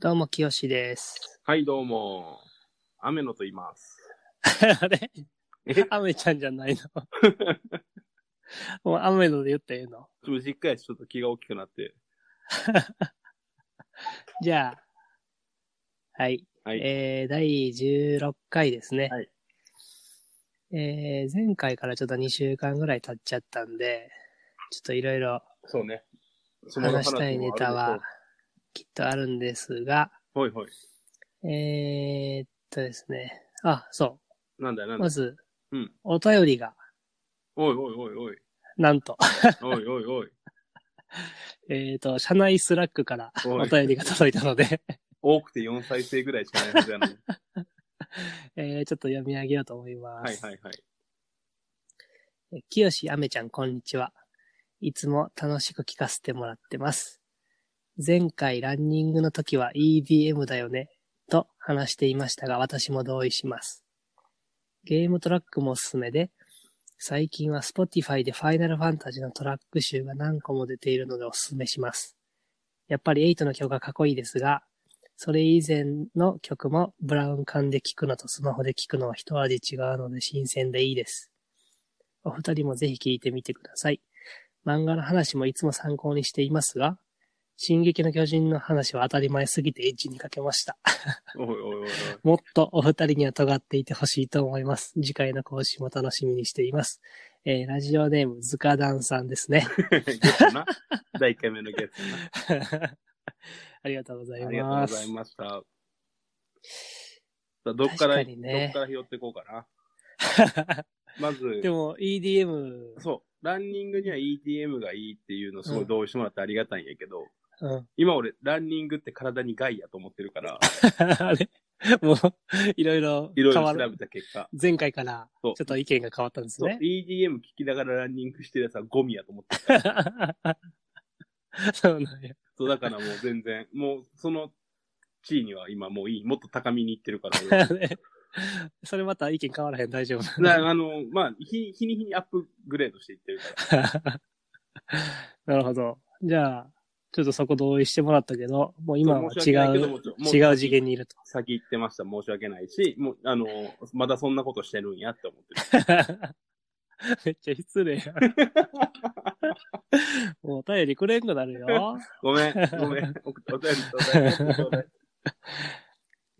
どうも、きよしです。はい、どうも。雨野と言います。 あれえアメちゃんじゃないの もうアメので言っていいのちょっと実家やし、ちょっと気が大きくなって。じゃあ、はい。はいえー、第16回ですね。はいえー、前回からちょっと2週間ぐらい経っちゃったんで、ちょっといろいろそうね。その話したいネタ話もあはるきっとあるんですが、でしょう。はいはえー、っとですね。あ、そい。なんだよ、なう。んだまよ。ず、うんお便りが、おいおいおいおい。なんと、おいお いおい。えーっと、社内スラックからおおい便りが届いたので、 多くて4再生ぐらいしかないはずやのに。えー、ちょっと読み上げようと思いまはいす。はいはい。えーきよしあめちゃん、こんにちは。いつも楽しく聞かせてもらってます。前回ランニングの時は EDM だよね、と話していましたが、私も同意します。ゲームトラックもおすすめで、最近は Spotify でファイナルファンタジーのトラック集が何個も出ているのでおすすめします。やっぱり8の曲がかっこいいですが、それ以前の曲もブラウン管で聴くのとスマホで聴くのは一味違うので新鮮でいいです。お二人もぜひ聞いてみてください。漫画の話もいつも参考にしていますが、進撃の巨人の話は当たり前すぎてエッジにかけました。おいおいおいおい。もっとお二人には尖っていてほしいと思います。次回の更新も楽しみにしています。えーラジオネーム、ズカダンさんですね。 ゲットな。第1回目のゲットな。ありがとうございありがとうごます。ざいました。さあどっから、確かにねどっから拾っていこうかな。まず、でも、EDM、そう、ランニングには EDM がいいっていうのすごい同意してもらってありがたいんやけど、うん。 今俺、ランニングって体に害やと思ってるから、あれもう、いろいろいろい変ろわ調るべ。た結果、前回から、ちそょうっと意見が変わったんですそうね。 EDM 聞きながらランニングしてるやつはゴミやと思ってる そうなんや。そう、だからもう全然、 もうその地位には今もういい、もっと高みに行ってるから 俺、それまた意見変わらへん、大丈夫。なあの、まあ日、日に日にアップグレードしていってるから。なるほど。じゃあ、ちょっとそこ同意してもらったけど、もう今はそう違申し訳ないけどうも、ちろんも違う次元にいると。 先行ってました、申し訳ないし、もう、あの、まだそんなことしてるんやって思ってる。 めっちゃ失礼 や。もうお便りくれんくなるよ。ごめん、ごめん、おお便りち ょうだいちょうだい。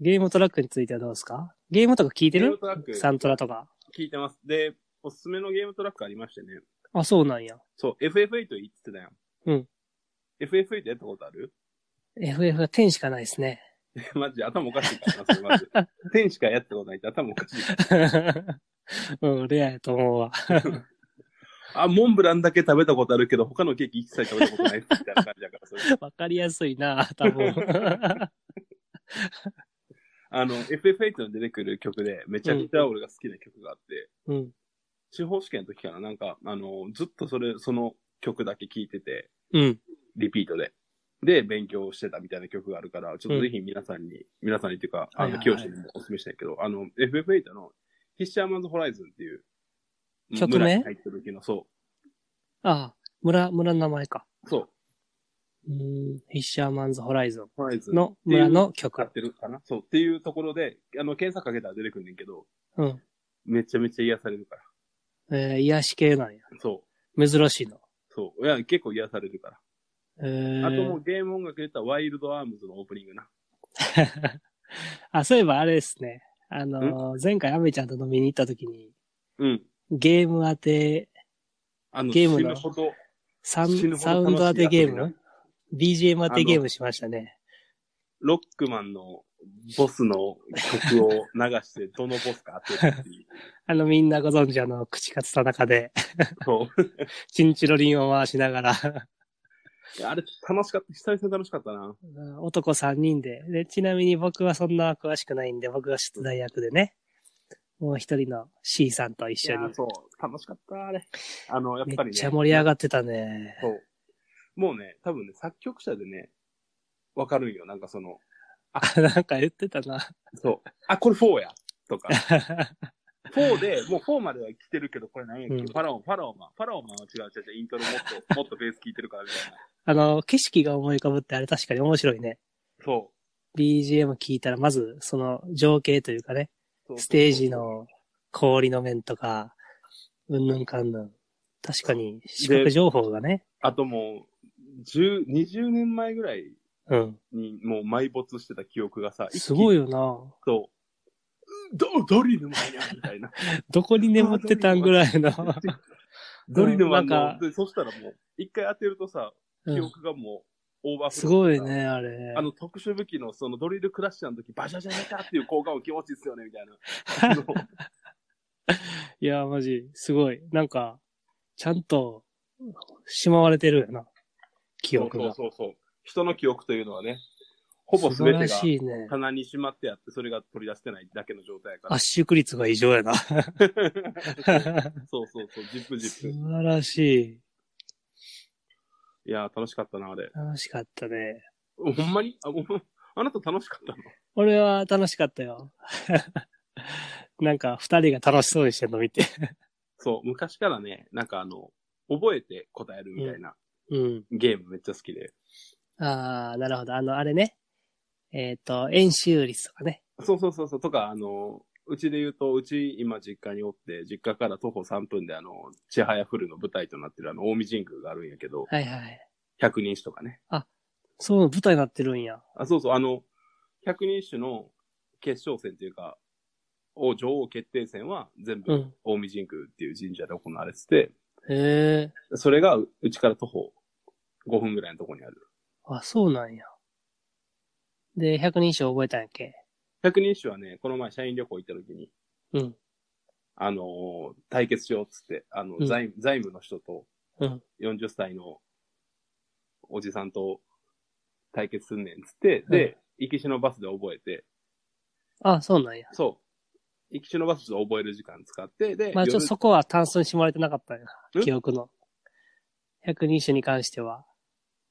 ゲームトラックについてはどうですかゲームとか聞いてゲームるトラックサントラとか。聞いてます。で、おすすめのゲームトラックありましてね。あ、そうなんや。そう、FF8 言ってたやん。うん。 FF8 やったことある FF が10しかないですね。 マジ頭おかしいからな、それまず。10しかやったことないって頭おかしいかうん、レアやと思うわ。ら。あ、モンブランだけ食べたことあるけど、他のケーキ一切食べたことないみたいな感じだから、それ。わかりやすいな、多分。あの、FF8 の出てくる曲で、めちゃくちゃ俺が好きな曲があって、うん。司法試験の時からなんか、あの、ずっとそれ、その曲だけ聴いてて、うん。リピートで。で、勉強してたみたいな曲があるから、ちょっとぜひ皆さんに、皆さんにっていうか、あはいはいはの、い教師にもお勧めしたいけど、あの、FF8 の、フィッシャーマンズホライズンっていう、曲名村に入った時の、そああ、村、村の名前か。う、そうう、ーん、フィッシャーマンズホライゾホライズンンの村の使曲っ。てるかなそう、っていうところで、あの、検索かけたら出てくんねんけど、うん。めちゃめちゃ癒されるから。えー、癒し系なんや。そ珍しいの。う、そう。いや、結構癒されるから。えー、あともうゲーム音楽で言ったら、ワイルドアームズのオープニングな。 あ、そういえばあれですね。あのー前回アメちゃんと飲みに行った時に、うん。ゲーム当て、あの、ゲームの死ぬほど、サウン死ぬほど楽しいサウンド当てゲー遊ム ?BGM 当てゲームしましたね。ロックマンのボスの曲を流して、どのボスか当てる っていう。あの、みんなご存知あの、口活田中で、 そうチンチロリンを回しながら、いや。あれ、楽しかった。久々楽しかったな。うん男3人でで。ちなみに僕はそんな詳しくないんで、僕が出題役でね、もう一人の C さんと一緒いにや。そう。楽しかった、あれ。あの、やっぱりめね。っちゃ盛り上ががってた ね。そう。もうね、多分ね、作曲者でね、わかるんよ。なんかその、あなんか言ってたな。 そう。あ、これ4や。とか。4で、もう4までは来てるけど、これ何やっけ、うんファラオン、ファラオンマン。ファラオンマンは違う、違う、違う、イントロもっと、もっとベース聴いてるからみたいな。あの、景色が思い浮かぶってあれ確かに面白いね。そう。 BGM 聞いたら、まず、その情景というかね、そうステージの氷の面とか、うんぬんかんぬん。確かに、視覚情報がね、あともう、10、20年前ぐらいうん。にもう埋没してた記憶がさ、すごいよ。よな。そう。ど、ドリルマンやみた いな。どこに眠ってたんぐらいの。 ドリルマン の、なんかでそしたらもう、一回当てるとさ、う記ん、憶がもう、オーバーすフロごーいしてね、あれ。た。あの、特殊武器の、そのドリルクラッシュの時、バシャジャジャジャっていう効果音気持ちいいっすよね、みたいな。あのいや、マジ、すごい。なんか、ちゃんと、しまわれてるよな。 記憶が。そうそうそうそう。人の記憶というのはね、ほぼ全素晴らてがしいね。棚にしまってあって、それが取り出してないだけの状態やか圧ら。縮率が異常 やな。そうそうそう、ジップジ素ップ。晴らしい。いやー、楽しかったな、あれ。楽しかったね。ほんまにあ、 ほんまあなた楽しかったの俺は楽しかったよ。 なんか、二人が楽しそうにしてるの見て。そう、昔からね、なんかあの、覚えて答えるみたいなうん。ゲームめっちゃ好きで。ああ、なるほど。あの、あれね。えっ、と、演習率とかね。そうそうそうそう、とか、あの、うちで言うと、うち今実家におって、実家から徒歩3分であの、ちはやふるの舞台となってるあの、近江神宮があるんやけど、はいはい。百人一首とかね。そう、舞台になってるんや。あ、そうそう、あの、百人一首の決勝戦というか、を女王決定戦は全う部、ん。近江神宮っていう神社で行われてて、へえ。それがううちから徒歩5分ぐらいのところにある。あ、そうなんや。で、百人称覚えたんやっけ百人一首はね、この前社員旅行行った時に、うん。あのー対決しようっつって、あの、うん財財務の人とうん。 40歳のおじさんと対決すんねんっつって、で、行きしのバスで覚えて、あ、そうなんや。そう。行きしのバスで覚える時間使って、で、まあちょっ夜とそこは単数に絞られてなかったんやえ。記憶の。百人称に関しては。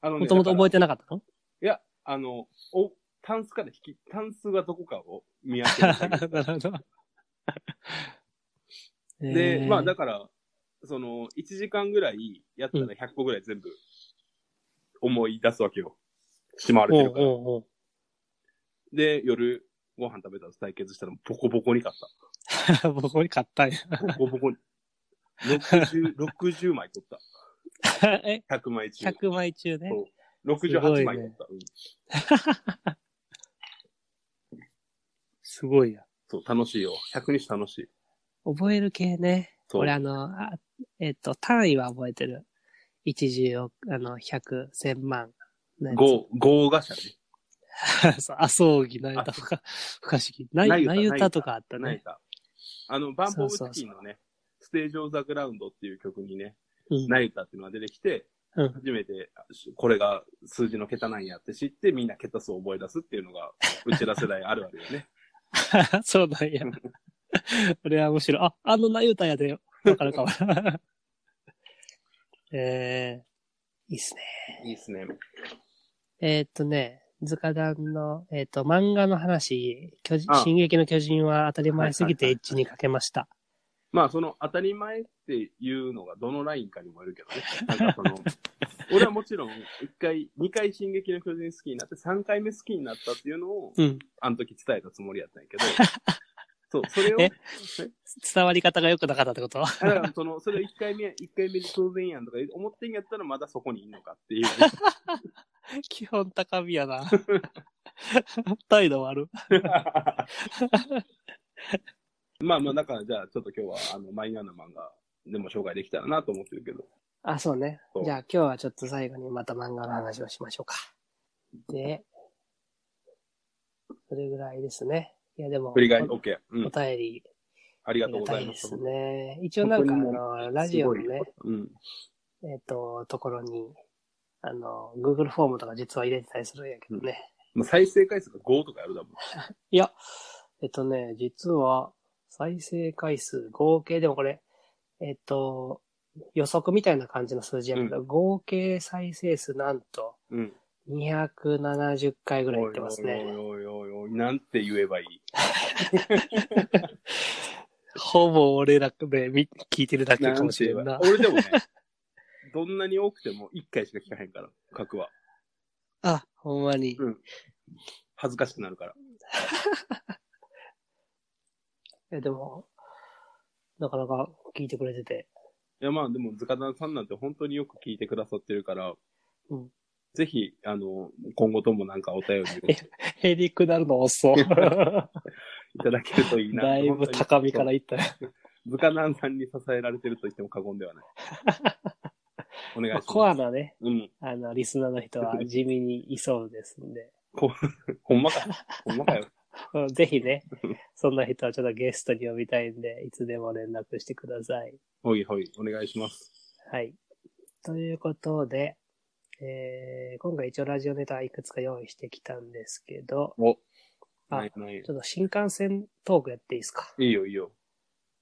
あのもともと覚えててなかったのいや、あの、お、単数から引き、単数がどこかを見分けるため になるほど。 で、まあだかから、その、1時間ぐらいやったら100個ぐらい全部思い出すわけよ。しまわれてるから。おうおうおうで、夜、ご飯食べたら対決したらボコボコに勝っ 僕これ買ったんや。た。ボコボコに。60、60枚取っえ、た。100枚中。 100枚中ね。 68枚取った、うんすごいや。そう、楽しいよ。100日楽しい。覚える系ね。そう。俺あの、あえっと、単位は覚えてる。一十億、あの、百、千万のやつ。豪、豪華者ね。そう麻生木、成田とか、不可思議。なナい、ユタなゆたとかあった泣いね。た。あの、バンポーブチそうそうキそンのね、ステージオーザグラウンドっていう曲にね、うんナユタっていうのが出てきて、うん 初めて、これが数字の桁なんやって知って、みんな桁数を覚え出すっていうのが、うちら世代あるあるよね。そうなんや。 俺はむしろ、あ、あのなゆたやで、わかるかも。 えー、いいっすね。いいっすね。えーっとね、塚団の、えーっと、漫画の話、巨人あ進撃の巨人は当たり前すぎてはいはいはエッいジにかけました。まあ、その当たり前っていうのがどのラインかにもよるけどね。なんかその、俺はもちろん、一回、二回進撃の巨人好きになって、三回目好きになったっていうのを、うん。あの時伝えたつもりやったんやけど、そう、それを、え伝わり方が良くなかったってこと あだからその、それを一回目、一回目で当然やんとか思ってんやったらまだそこにいんのかっていう。基本高みや な。態度悪。まあまあ、だからじゃあちょっと今日はあのマイナーな漫画でも紹介できたらなと思ってるけど。あ、そうねそ。うじゃあ今日はちょっと最後にまた漫画の話をしましょうか。で、それぐらいですね。いやでも、振り返り、OK。うおん。便り、ありありがとうがごたざいいま。ですすね。一応なんかあ本当にの、ラジオのね、うん。えっ、と、ところに、あの、Google フォームとか実は入れてたりするんやけどね。まあ、再生回数が5とかやるだもん。いや、えっとね、実は、再生回数、合計でもこれ、えっと、予測みたいな感じの数字やけど、合計再生数なんと、うん。 270回ぐらいいってますおいね。おいおいおいおい、なんて言えばいい。ほぼ俺らでみ聞いてるだけなかんもてし言れえばんい。。ない俺でもね、どんなに多くても1回しか聞かへんから、書くは。あ、ほんまに。うん恥ずかしくなるから。え、でも、なかなか聞いてくれてて。いや、まあでも、ズカダンさんなんて本当によく聞いてくださってるから、うんぜひ、あの、今後ともなんかお便りをいへりく なるの遅。だただけるといい な。いぶ高みから本いった。当に。ズカダンさんに支えられてると言っても過言で はない。まお願いしまあす。コアなね、うん。あの、リスナーの人は地味にいそうですんで。ほんまか。ほんまかよ。うんぜひ ね、そんな人はちょっとゲストに呼びたいんで、いつでも連絡してください。ほいほい、お願いします。はい。ということで、えー、今回一応ラジオネタいくつか用意してきたんですけど、お。あないないちょっと新幹線トークやっていいですかいいよ、いいよ。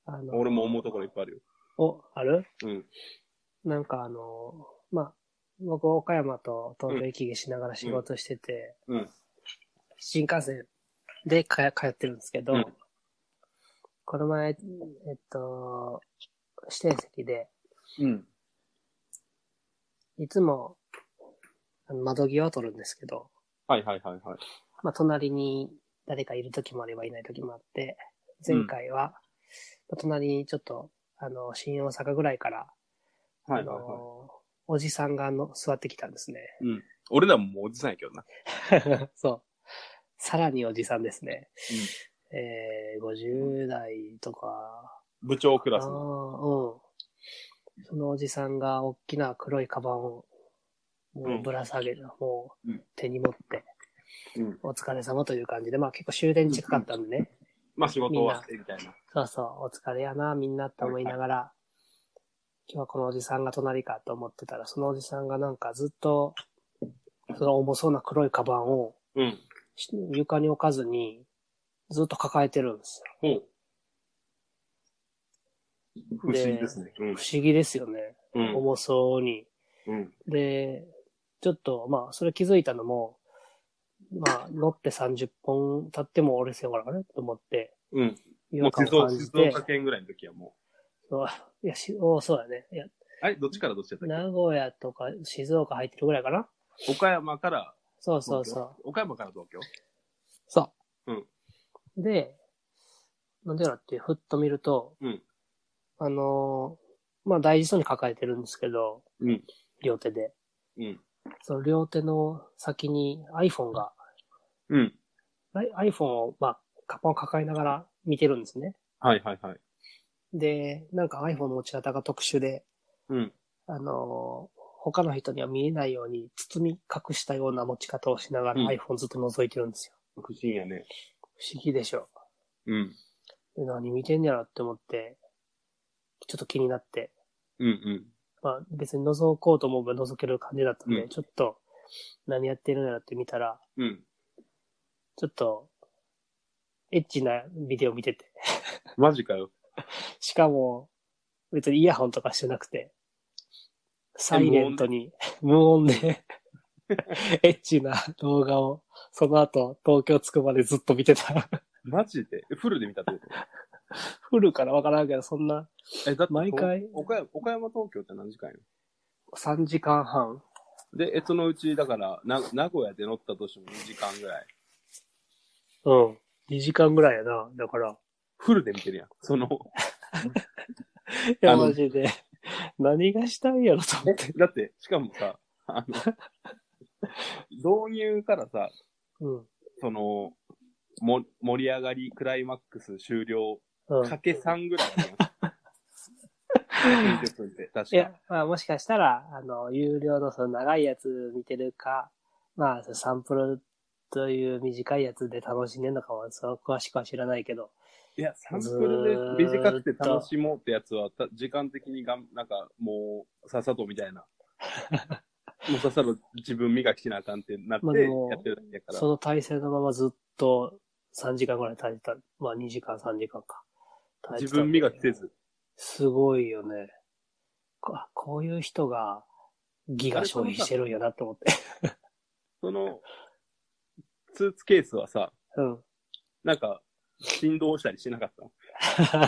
あの俺も思うところいっぱいあるよ。お、あるうん。なんかあの、まあ、僕、岡山と東京行き来しながら仕事してて、うんうん新幹線でか通ってるんですけど、うんこの前、えっと、指定席で、うん。いつもあの窓際を取るんですけど、はいはいはいはい。まあ、隣に誰かいる時もあればいない時もあって、前回は、まあ隣にちょっと、あの、新大阪ぐらいから、はいはいあはい。の、おじさんがあの座ってきたん ですね。うん。俺らももうおじさんやけどな。そう。さらにおじさんですね。えー、50代とか、部長クあラースうの。ん。そのおじさんが大きな黒いカバンを、もううんぶら下げ、もううん手に持って、うん。お疲れ様という感じで、まあ結構終電近かったんでね、まあ仕事終わってみたいな。そうそう、お疲れやな、みんなって思いながら、今日はこのおじさんが隣かと思ってたら、そのおじさんがなんかずっと、その重そうな黒いカバンをうん。し床に置かずに、ずっと抱えてるんですほう。不思議ですね。よ。不思議ですよね。うん。重そうに。うん。うん。で、ちょっと、まあ、それ気づいたのも、まあ、乗って30本経っても俺せよから、あれと思って、うん。違も和感う静を岡感じ静て岡、県ぐらいの時はもそういや、しおそうだね。いや、う。あれどっちからどっちやったっ名古屋とか静岡入ってるぐらいかなけ岡山からそうそ東京。うそう。岡山から東京そう。で、なんでだって、ふっと見ると、うんあのーまあ、大事そうに抱えてるんですけど、うん両手で。うん。その両手の先に iPhone が、うん。 I- iPhone を、まあ、カパンを抱えながら見てるんですね。はいはいはい。で、なんか iPhone の持ち方が特殊で、うん。あのー他の人には見えないように包み隠したような持ち方をしながらうん iPhone ずっと覗いてるんですよ。不思議やね。不思議でしょ。うん。で何見てんやろって思って、ちょっと気になって、うんうん。まあ別に覗こうと思えば覗ける感じだったんで、うんちょっと何やってるんやろって見たら、うん。ちょっと、エッチなビデオ見てて。マジかよ。しかも、別にイヤホンとかしてなくて、サイレントに、無音で、エッチな動画を、その後、東京着くまでずっと見てた。マジでえフルで見たってことフルからわからんけど、そんなえ、だって、毎回お岡山、岡山東京って何時間や3時間半。ので、え、そのうち、だから、な、名古屋で乗ったとしても2時間ぐらい。うん。2時間ぐらいやな。だから、フルで見てるやん。その、いや、あのマジで。 何がしたいんやろと思って。 だって、しかもさ、あの、 導入からさ、うその、も、盛り上がり、クライマックス終了、ん。うん。かけ3ぐらいやん。20分って、 確いか。や、まあもしかしたら、あの、有料のその長いやつ見てるか、まあそのサンプルという短いやつで楽しんでんのかは、そう詳しくは知らないけど。いや、サンプルで短くて楽しもうってやつは、た時間的にがん、なんか、もう、さっさとみた いな。もうさっさと自分磨きしなあかんってなって、まあでもやってるだけやから。その体勢のままずっと3時間ぐらい耐えてた。まあ2時間3時間か。耐えて自たん分で磨きせず。すごいよね。ここういう人が、ギガ消費してるんやなと思って。その、スーツケースはさ、うん。なんか、振動したりしなかったの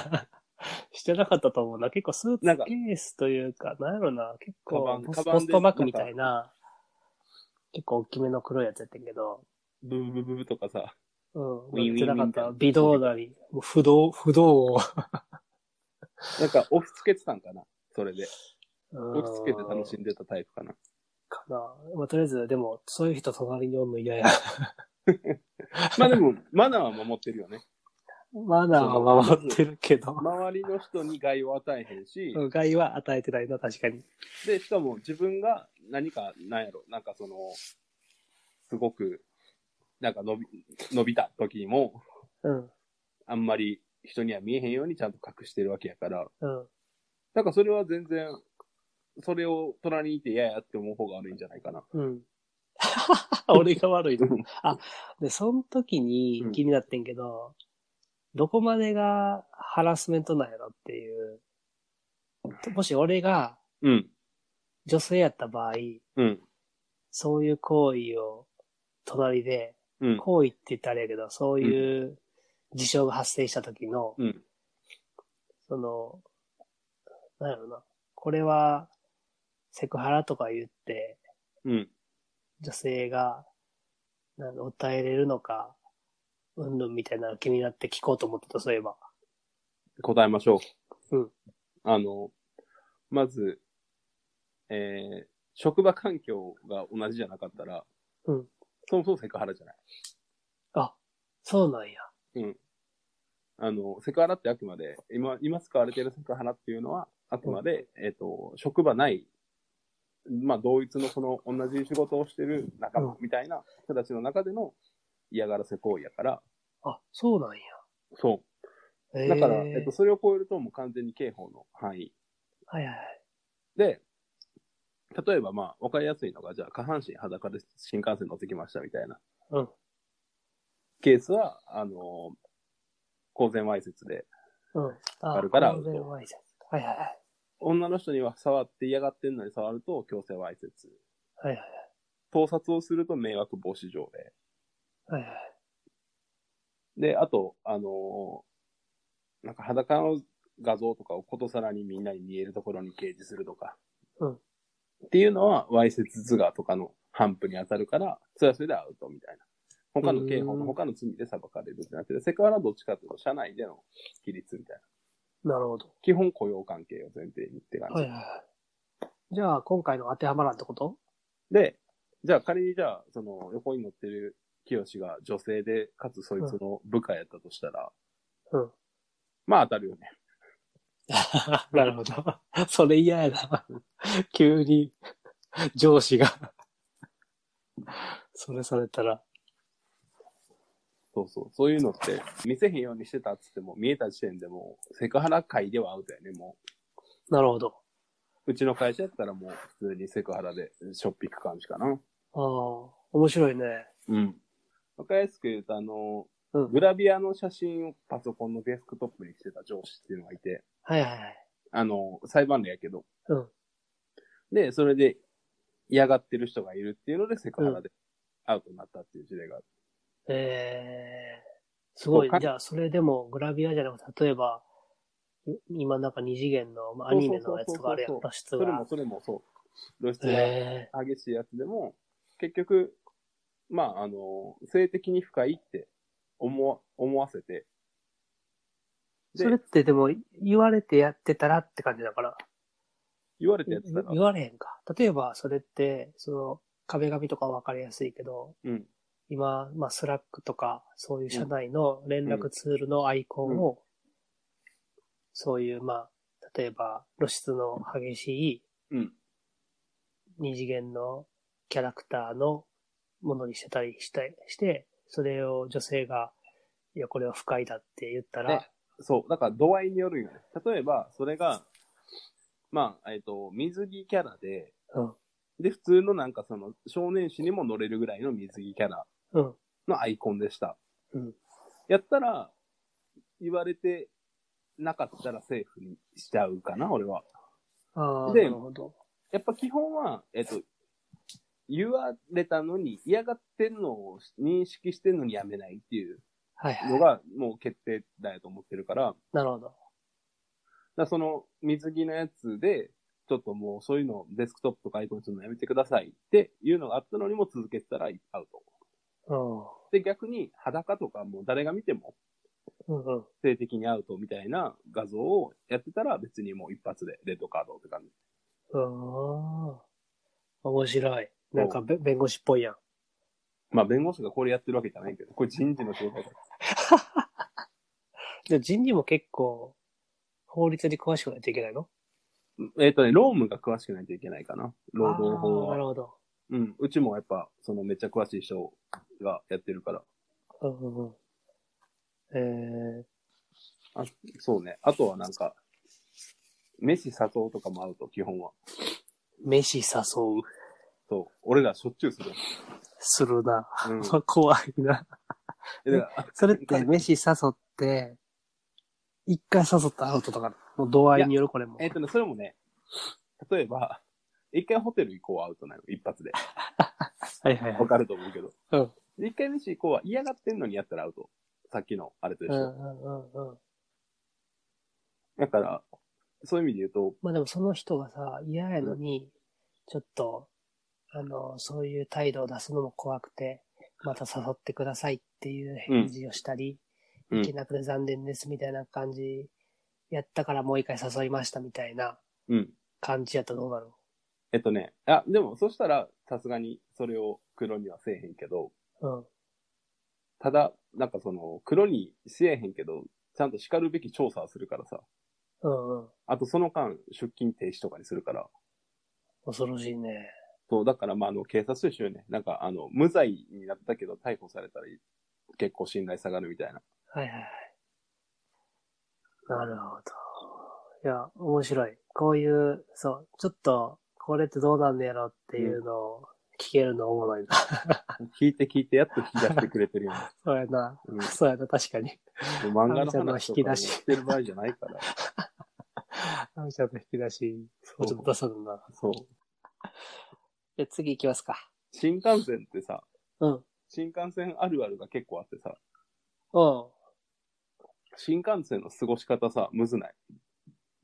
してなかったと思うな。結構スーツなんかケースというか、なんやろな、結構カバンポスカバンポでストバッグみたいな、結構大きめの黒いやつやってんけど、ブブブブブとかさ、うん。ウィンウィンウィン乗ってなかった。微動だり、不動、不動 を。なんか押し付けてたんかなそれで。落押し付けて楽しんでたタイプかな。かな。まあ、とりあえず、でも、そういう人隣におんの嫌や。 まあでも、マナーは守ってるよね。マナーは守ってるけど、周りの人に害を与えへんし、害は与えてないな、確かに。で、しかも自分が何か、なんやろ、なんかその、すごく、なんか伸び、伸びた時にも、うん、あんまり人には見えへんようにちゃんと隠してるわけやから、うん。なんかそれは全然、それを隣にいて嫌やって思う方が悪いんじゃないかな。うん。 俺が悪いのうん。あ、で、その時に気になってんけど、どこまでがハラスメントなんやろっていう。もし俺がうん。女性やった場合、うん。そういう行為を隣で、うん。行為って言ったらあれやけど、そういう事象が発生した時の、うん。その、なんやろな。これは、セクハラとか言って、うん。女性が、なんだ訴えれるのか、うんぬんみたいなの気になって聞こうと思ってた、そういえば。答えましょう。うん。あの、まず、えー、職場環境が同じじゃなかったら、うん。そもそもセクハラじゃない。あ、そうなんや。あの、セクハラってあくまで、今、今使われているセクハラっていうのは、あくまで、えっ、と、職場ない、まあ、同一のその、同じ仕事をしてる仲うん間みたいな人たちの中での嫌がらせ行為やから、あ、そうなんや。そえう。ーだから、えっと、それを超えるともう完全に刑法の範囲。はいはいはい。で、例えばまあ、わかりやすいのが、じゃあ、下半身裸で新幹線乗ってきましたみたいなうん。ケースは、あの、公然わいせつで、うん。ああるから完全わいせつはいはいはい。女の人には触って嫌がってんのに触ると強制わいせつ。はいはい盗撮をすると迷惑防止条例。はいはい。で、あと、あのーなんか裸の画像とかをことさらにみんなに見えるところに掲示するとか。うんっていうのは、わいせつ図画とかの反布に当たるから、それはそれでアウトみたいな。他の刑法うーのん他の罪で裁かれるってなってて、セクハラはどっちかっていうと、社内での規律みたいな。なるほど。基本雇用関係を前提にって感じ。はいはいはい。じゃあ、今回の当てはまらんってことで、じゃあ仮にじゃあ、その横に乗ってる清が女性で、かつそいつの部下やったとしたら、うん。まあ当たるよね。 なるほど。それ嫌やな。急に、上司が。それされたら。そうそう。そういうのって、見せへんようにしてたっつっても、見えた時点でもう、セクハラ界ではアウトやね、もなるほど。う。うちの会社やったらもう、普通にセクハラで、ショッピング感じかな。ああ、面白いね。うん。わかりやすく言うと、あの、うん。グラビアの写真をパソコンのデスクトップにしてた上司っていうのがいて、はいはいはい。あの、裁判例やけど。うんで、それで嫌がってる人がいるっていうので、セクハラでアウトになったっていう事例がある。えー、すごいそう。かじゃあ、それでもグラビアじゃなくて、例えば、い今なんか二次元のまあアニメのやつとかあるやん、そう露出それもが。それもそう。露出がえ激しいやつでも、結局、まあ、あの、性的に不快って思わ思わせて、ー、それってでも言われてやってたらって感じだから。言われてやってたら言、われへんか。例えば、それって、その、壁紙とかはわかりやすいけど、うん、今、まあ、スラックとか、そういう社内の連絡ツールのアイコンを、そういう、まあ、例えば、露出の激しいうん、二次元のキャラクターのものにしてたりして、してそれを女性が、いや、これは不快だって言ったらね、そう。だから、度合いによるよね。例えば、それが、まあ、えっ、と、水着キャラで、うんで、普通のなんかその、少年誌にも乗れるぐらいの水着キャラうん、のアイコンでした。うんやったら、言われてなかったらセーフにしちゃうかな、俺は。ああ、なでるほど。やっぱ基本は、えっ、と、言われたのに、嫌がってんのを認識してんのにやめないっていうはいはいの。が、もう決定だよと思ってるから、なるほど。だからその水着のやつで、ちょっともうそういうのをデスクトップとかアイコンにするのやめてくださいっていうのがあったのにも続けてたらアウト。うん。で、逆に裸とかもう誰が見てもうんうん。性的にアウトみたいな画像をやってたら別にもう一発でレッドカードって感じ。ああ。面白い。なんかべ弁護士っぽいやん。まあ弁護士がこれやってるわけじゃないけど、これ人事の仕事だから。でも人事も結構、法律に詳しくないといけないのえっ、とね、ロームが詳しくないといけないかな。労働法あーなるは。ほど。うん。うちもやっぱ、そのめっちゃ詳しい人がやってるから。うんうんうん。えあそうね。あとはなんか、飯誘うとかもアウト、基本は。ー、飯誘う。そう。俺らしょっちゅうする。するな。うん。 怖いな。えだからそれって、飯誘って、一回誘ったアウトとかの度合いによる、これも。えっ、とね、それもね、例えば、一回ホテル行こうはアウトなの、一発で。はいはいは わい。かると思うけど。うんで一回飯行こうは嫌がってんのにやったらアウト。さっきのあれと一う緒。んうんうんうん。だから、そういう意味で言うと、まあでもその人がさ、嫌やのに、ちょっと、あの、そういう態度を出すのも怖くて、また誘ってくださいっていう返事をしたり、うん行けなくて残念ですみたいな感じ、やったからもう一回誘いましたみたいなうん。感じやったらどうなのえっとね、あ、でも、そしたら、さすがにそれを黒にはせえへんけど、うん。ただ、なんかその、黒にせえへんけど、ちゃんと叱るべき調査をするからさ。うんうん。あと、その間、出勤停止とかにするから。恐ろしいね。そう、だから、まあ、あの、警察と一緒よね。なんか、あの、無罪になったけど、逮捕されたら、結構信頼下がるみたいな。はいはいはい。なるほど。いや、面白い。こういう、そう、ちょっと、これってどうなんねやろっていうのを聞けるのおもろいな。 聞いて聞いて、やっと引き出してくれてるよね。そうやな。うんそうやな、確かに。もう漫画の神様の話引ときか出もししてる場合じゃないから。アミちゃんの引き出し、うちょっと出さるな。そう。じゃあ次行きますか。新幹線ってさ、うん。うん。新幹線あるあるが結構あってさ、あ新幹線の過ごし方さ、むずない。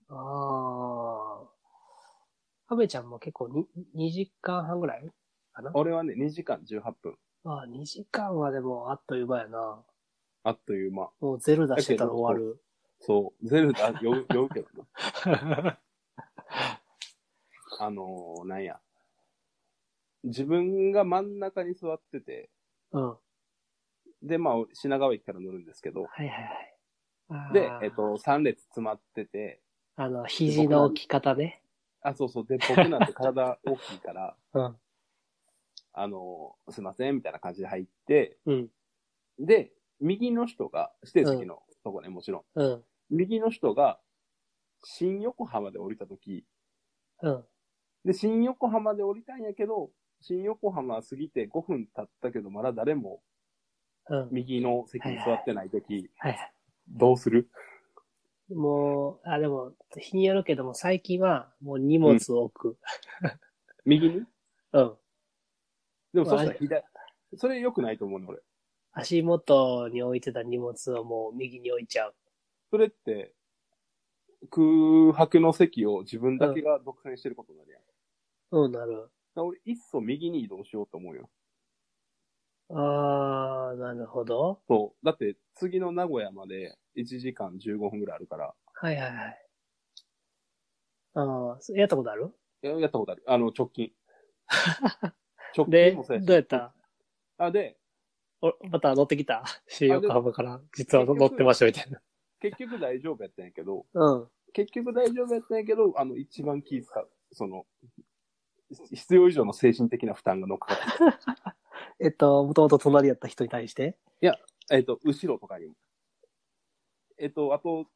あ。アメちゃんも結構に2時間半ぐらいかな俺はね、2時間18分。ああ、2時間はでもあっという間やな。あっという間。もうゼルダしてたら終わる。そう。ゼルダ酔う、 酔うけどな。 あのー、なんや。自分が真ん中に座ってて、うん。はで、まあ、品川駅から乗るんですけど、いはいはい。あーで、えっ、と、3列詰まってて、あの、肘の置き方ね。あ、そうそう、で、僕なんて体大きいから、うん。あのー、すいません、みたいな感じで入って、うん。で、右の人が、指定席のとこね、もちろん。うん。右の人が、新横浜で降りたとき、うん。で、新横浜で降りたんやけど、新横浜過ぎて5分経ったけど、まだ誰もうん。右の席に座ってないとき、はいはい。どうするもう、あ、でも、日によるけども、最近は、もう荷物を置く。右にうん。でもそしたあら左。それ良くないと思うね、俺。足元に置いてた荷物をもう右に置いちゃう。それって、空白の席を自分だけが独占してることになるやん。だうん、なる。から俺、いっそ右に移動しようと思うよ。あー、なるほど。そう。だって、次の名古屋まで1時間15分ぐらいあるから、はいはいはい。あーそやったことあ るややったことある。あの、直近。直で、近もそうやし。どうやったあ、で、おまた乗ってきた新横浜から、実は乗ってましたみたいな。結局大丈夫やったんやけど、 うん。結局大丈夫やったんやけど、あの、一番気使う。その、必要以上の精神的な負担が乗っかかってるえっと、もともと隣やった人に対して。 えっと、後ろとかにも。えっと、あと、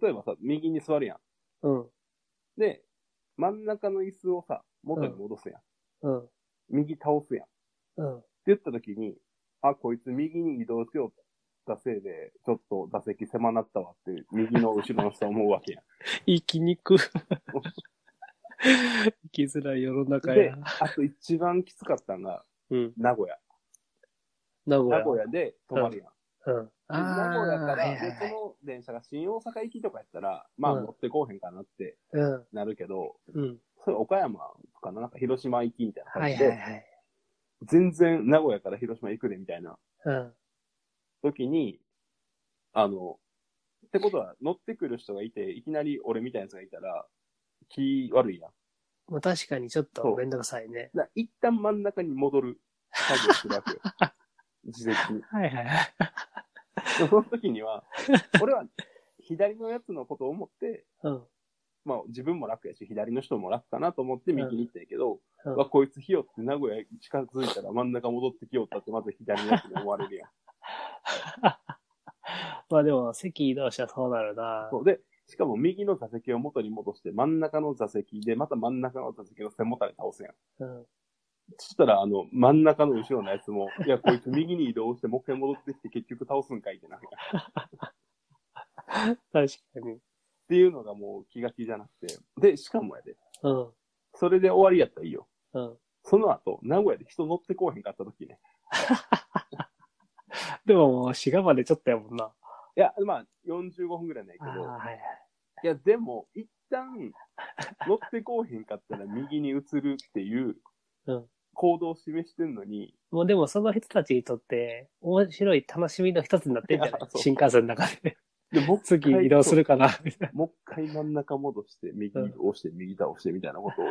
例えばさ、右に座るやん。うん。で、真ん中の椅子をさ、元に戻すやん。うん。右倒すやん。ってうん。言った時に、あ、こいつ右に移動しようったせいで、ちょっと座席狭なったわって、右の後ろの人は思うわけ やん。生きにく。生きづらい世の中でや、。あと一番きつかったのが、うん。名古屋。名古屋。名古屋で泊まるやん。うん。で名古あ屋かーら、はいはいで、はそいの電車が新大阪行きとかやったら、まあうん乗ってこうへんかなってうん。なるけど、うん。それ岡山とかな、なんか広島行きみたいなは感いじはいで、はい。全然名古屋から広島行くでみたいなうん。時に、あの、ってことは乗ってくる人がいて、いきなり俺みたいなやつがいたら、気悪いやん。もう確かにちょっそとうめんどくさいね。だから一旦真ん中に戻る作業する わけよ。自責に。はいはいはい。でもその時には、俺は左のやつのことを思って、うん。まあ自分も楽やし、左の人も楽かなと思って右に行ったんやけど、うんわ、こいつひよって名古屋近づいたら真ん中戻ってきよったってまず左のやつに思われるやん。まあでも、席移動したらそうなるな。そうで、しかも右の座席を元に戻して真ん中の座席で、また真ん中の座席の背もたれ倒すやん。うん。そしたら、あの、真ん中の後ろのやつも、いや、こいつ右に移動して、もう一回戻ってきて、結局倒すんかいってなるやん。っ確かに。ていうのがもう気が気じゃなくて。で、しかもやで。うん。それで終わりやったらいいよ。うん。その後、名古屋で人乗ってこうへんかった時ね。でももう、滋賀までちょっとやもんな。いや、まあ、45分ぐらいないけああ、ど。はいはい。いや、でも、一旦、乗ってこうへんかったら右に移るっていううん、行動を示してんのに、もうでもその人たちにとって、面白い楽しみの一つになってん じゃないいやそう新幹線の中で。で、もう一次回移動するかな、みたいもう一回真ん中戻して、右うん押して、右倒してみたいなことを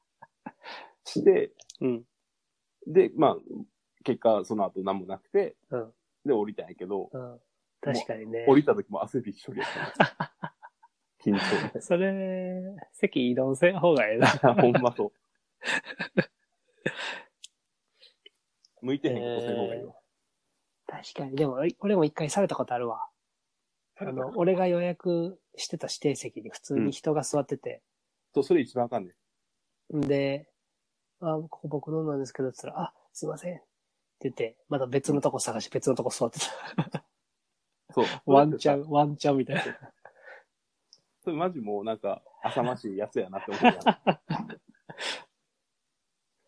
して、な。うん。で、まあ、結果、その後何もなくて、うんで、降りたんやけど、うん。確かにね。降りた時も汗びっしょりやった。緊張でそれ、席移動せん方がええな。ほんま そう。向いてへんことせん方がいいわ。確かに。でも、俺も一回されたことあるわ。あの、俺が予約してた指定席に普通に人が座ってて、そう、それ一番あかんねん。んで、あ、ここ僕のなんですけど、つったら、あ、すいません。って言って、また別のとこ探して別のとこ座ってた。そう。ワンチャン。ン、ワンチャンみたいな。それマジもうなんか、浅ましいやつやなって思うやん。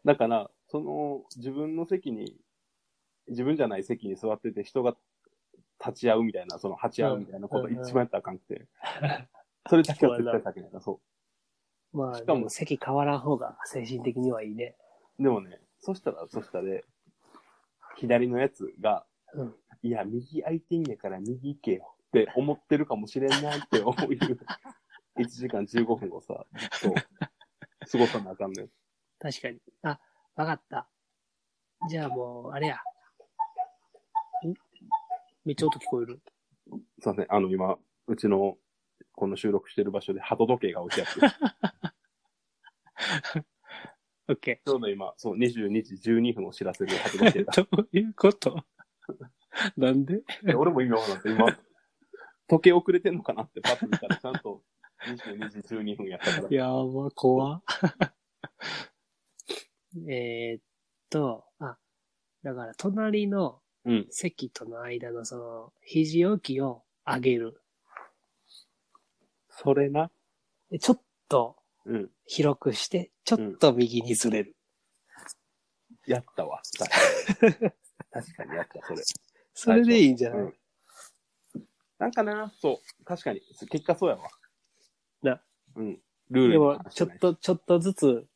だから、その、自分の席に、自分じゃない席に座ってて人が立ち会うみたいな、その、立ち会うみたいなこうとんうんうん一番やったらあかんくて。それだけは絶対避けないな、そまあ、しでかもも席変わらん方が精神的にはいいね。う。でもね、そしたら、そしたらで、左のやつが、うんいや、右空いてんやから右行けよって思ってるかもしれんないって思う1時 間15分をさ、ずっと過ごさなあかんねん。確かに。あ、わかった。じゃあもう、あれや。んめっちゃ音聞こえる。すいません。あの、今、うちの、この収録してる場所で鳩時計が置いてあって、オッケちょうど今、そう、22時12分を知らせる鳩時計 が。ー。 どういうことなんでで俺も今思った、今、時計遅れてんのかなってパッと見たら、ちゃんと22時12分やったから。やば、怖。 えーっと、あ、だから、隣のうん。席との間のその、肘置きを上げる。それな。でちょっとうん。広くして、ちょっと右にずれる。やったわ。確かに。確かにやった、それ。 それでいいんじゃない、うん。なんかな、そう。確かに。結果そうやわ。な。うん。ルーでルにも、反しちょてっないと、ちょっとずつ、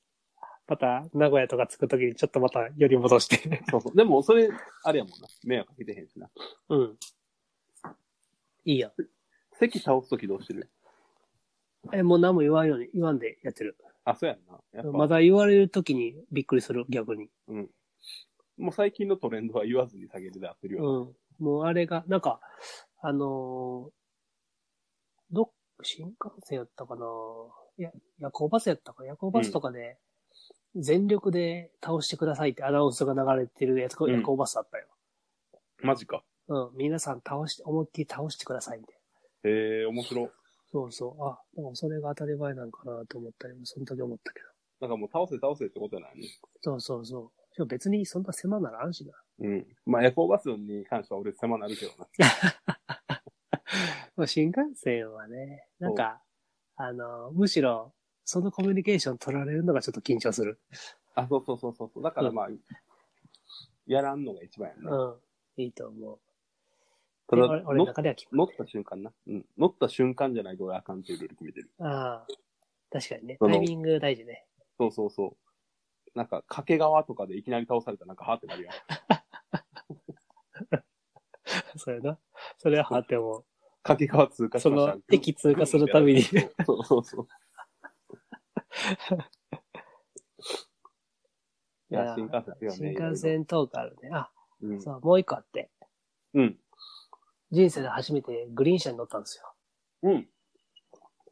また、名古屋とか着くときに、ちょっとまた、寄り戻して。そうそう。でも、それ、あれやもんな。迷惑かけてへんしな。うん。いいよ。席倒すときどうしてるえ、もう何も言わんように、言わんでやってる。あ、そうやんな。やっぱ、まだ言われるときにびっくりする、逆に。もう最近のトレンドは言わずに下げるで合ってるよな。うん。もうあれが、なんか、あのーどっ、新幹線やったかないや、夜行バスやったか夜行バスとかで、全力で倒してくださいってアナウンスが流れてるやつ、ん夜行バスあったよ。マジか。うん。皆さん倒して、思いっきり倒してくださいみたいな。へえー、面白。そうそう。あ、でもそれが当たり前なんかなと思ったりも、その時思ったけど。なんかもう倒せ倒せってことやないね。そうそうそう。しかも別にそんな狭ならんしな。うん。まあ、夜行バスに関しては俺狭なるけどな。 まあ新幹線はね、なんか、あの、むしろ、そのコミュニケーション取られるのがちょっと緊張する。あ、そうそうそうそうそう。だからまあ、やらんのが一番やな。うん。いいと思う。たでだ、俺俺の乗っ中では決乗った瞬間な。うん。乗った瞬間じゃないと俺あかんっていうルール決めてる。まああ。確かにね。そのタイミング大事ね。そうそうそう。なんか、掛川とかでいきなり倒されたらなんか、はってなるや ん。そうやな。それははても、掛川通過しそましたの。駅通過するたびに。そうそうそう。いいやや、新幹線あるよね。新幹線トークあるね。あ、いろいろ。そう、もう一個あって。うん。人生で初めてグリーン車に乗ったんですよ。うん。うん。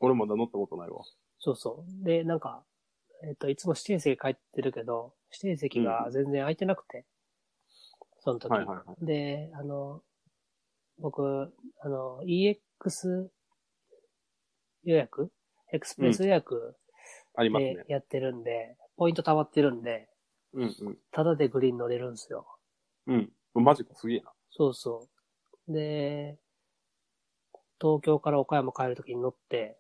俺まだ乗ったことないわ。そうそう。で、なんか、えっ、と、いつも指定席帰ってるけど、指定席が全然空いてなくて、その時、はいはいはい。で、あの、僕、あの、EX 予約エクスプレス予約ありますねで。やってるんで、ポイント溜まってるんで、うんうん。タダでグリーン乗れるんですよ。うん。マジか、すげえな。そうそう。で、東京から岡山帰るときに乗って、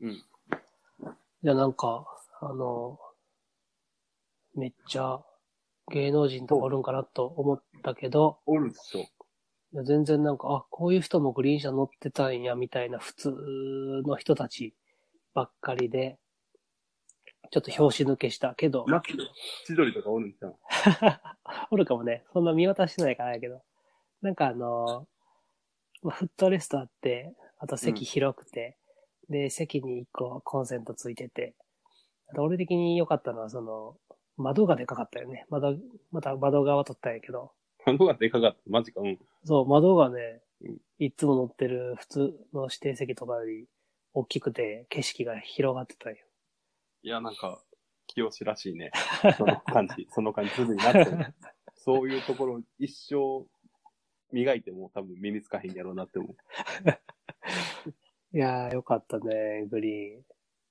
うん。いや、なんか、あの、めっちゃ芸能人とかおるんかなと思ったけど、おるっしょ。いや全然なんか、あ、こういう人もグリーン車乗ってたんや、みたいな普通の人たちばっかりで、ちょっと拍子抜けしたけど、ラッキー。千鳥とかおるんちゃう おるかもね、そんな見渡してないからやけど、なんかあのーまあ、フットレストあって、あと席広くて、で、席に一個コンセントついてて、あと俺的に良かったのは、その、窓がでかかったよね。窓、また窓側取ったんやけど、窓がでかかった。マジか、うん。そう、窓がねうん、いつも乗ってる普通の指定席とかより大きくて景色が広がってたよ。いや、なんか、清志らしいね。その感 じ、その感じ、すぐになってる。そういうところ、一生、磨いても多分身につかへんやろうなって思う。いやー、よかったね、グリーン。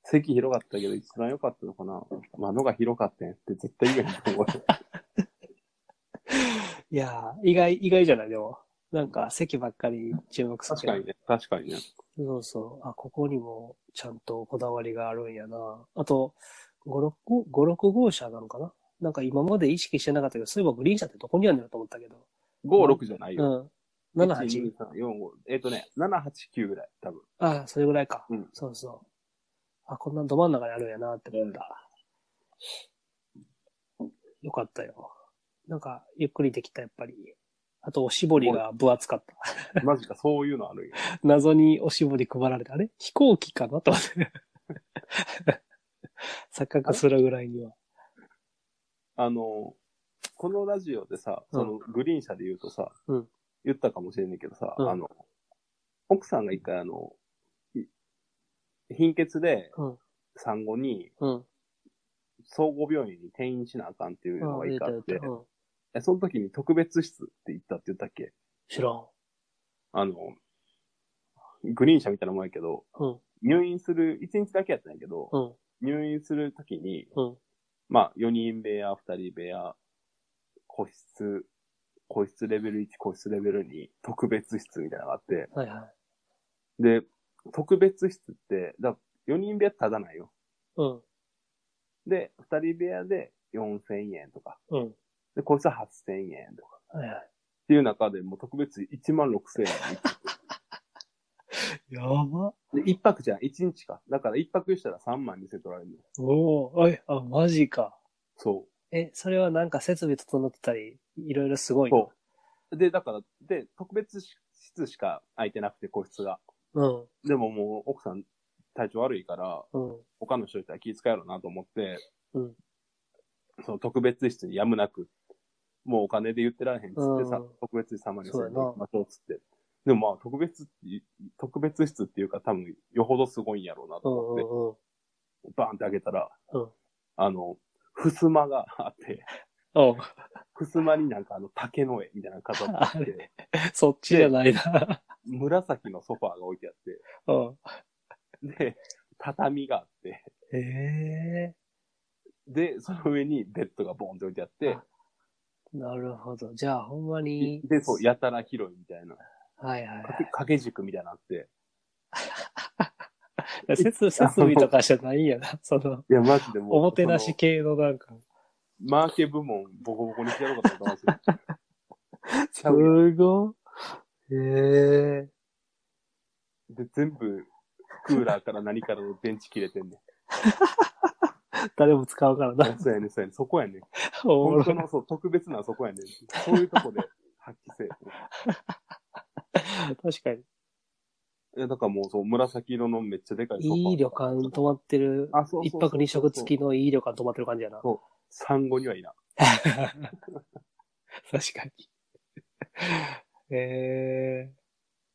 席広かったけど、一番良かったのかな窓が広かったんやって絶対言えへんと思う。いやー、意外、意外じゃないでも。なんか席ばっかり注目する確けどかにね、確かにね。そうそう。あ、ここにもちゃんとこだわりがあるんやな。あと、5、6、5、6号車なのかななんか今まで意識してなかったけど、そういえばグリーン車ってどこにあるんだろうと思ったけど。 5、6じゃないうよ。ん。7、8。 1 2 3 4 5えっ、とね、7、8、9ぐらい、多分。ああ、それぐらいか。うんそうそう。あ、こんなど真ん中にあるんやなって思った。よかったよ。なんか、ゆっくりできた、やっぱり。あと、おしぼりが分厚かった。マジか、そういうのあるんや。謎におしぼり配られた。あれ飛行機かなと思って。 錯覚するぐらいには。あの、このラジオでさ、うんそのグリーン車で言うとさ、うん言ったかもしれないけどさ、うんあの、奥さんが一回あの、い貧血でうん。産後にうん。総合病院に転院しなあかんっていうのが一回あって、うん。えその時に特別室って言ったって言ったっけ知らん。あの、グリーン車みたいなもんやけど、うん。入院する、一日だけやったんやけど、うん。入院する時に、うん。まあ、4人部屋、2人部屋、個室、個室レベル1、個室レベル2、特別室みたいなのがあって、はいはい。で、特別室って、だ4人部屋ただないよ。うん。で、2人部屋で4000円とか、うん。で、個室は8000円とか、はいはい。っていう中でもう特別1万6000円。やば。で、1泊じゃん、1日か。だから1泊したら3万2000取られるの。おお。え、あ、マジか。そう。え、それはなんか設備整ってたり、いろいろすごいな。そう。で、だから、で、特別室しか空いてなくて、個室が。うん。でももう、奥さん、体調悪いから、うん。他の人いたら気遣えろなと思って、うんその特別室にやむなく、もうお金で言ってられへんっつってさ、うん特別室様にそうやな行きましょうっつって。でもまあ、特別って、特別室っていうか多分、よほどすごいんやろうなうとん思うっんうて、ん。バーンって開けたら、うんあの、襖があって、おう襖になんかあの竹の絵みたいなの飾ってあっ あて、そっちじゃないな。 紫のソファーが置いてあって、うん。で、畳があって、へえで、その上にベッドがボンって置いてあってあ、なるほど。じゃあ、ほんまに。で、そう、やたら広いみたいな、はいはいかはけ掛け軸みたいなのあって、い。設設備とかじゃないんやな。 その、いや、マジでもう、おもてなし系のなんか。その。マーケ部門、ボコボコにしてやろうかと思ったマジすごい。へえで。で、全部、クーラーから何からの電池切れてんねん。誰も使わんから な。そうやね、そうやね、そこやね。おもろ本い当のそう特別なそこやね。そういうとこで発揮せえ。確かに。いや、だからもうそう、紫色のめっちゃでかいソファーいい旅館泊まってる、あ、そうそう一泊二食付きの。のいい旅館泊まってる感じやな。そう産後にはいいな。確かに。 ええ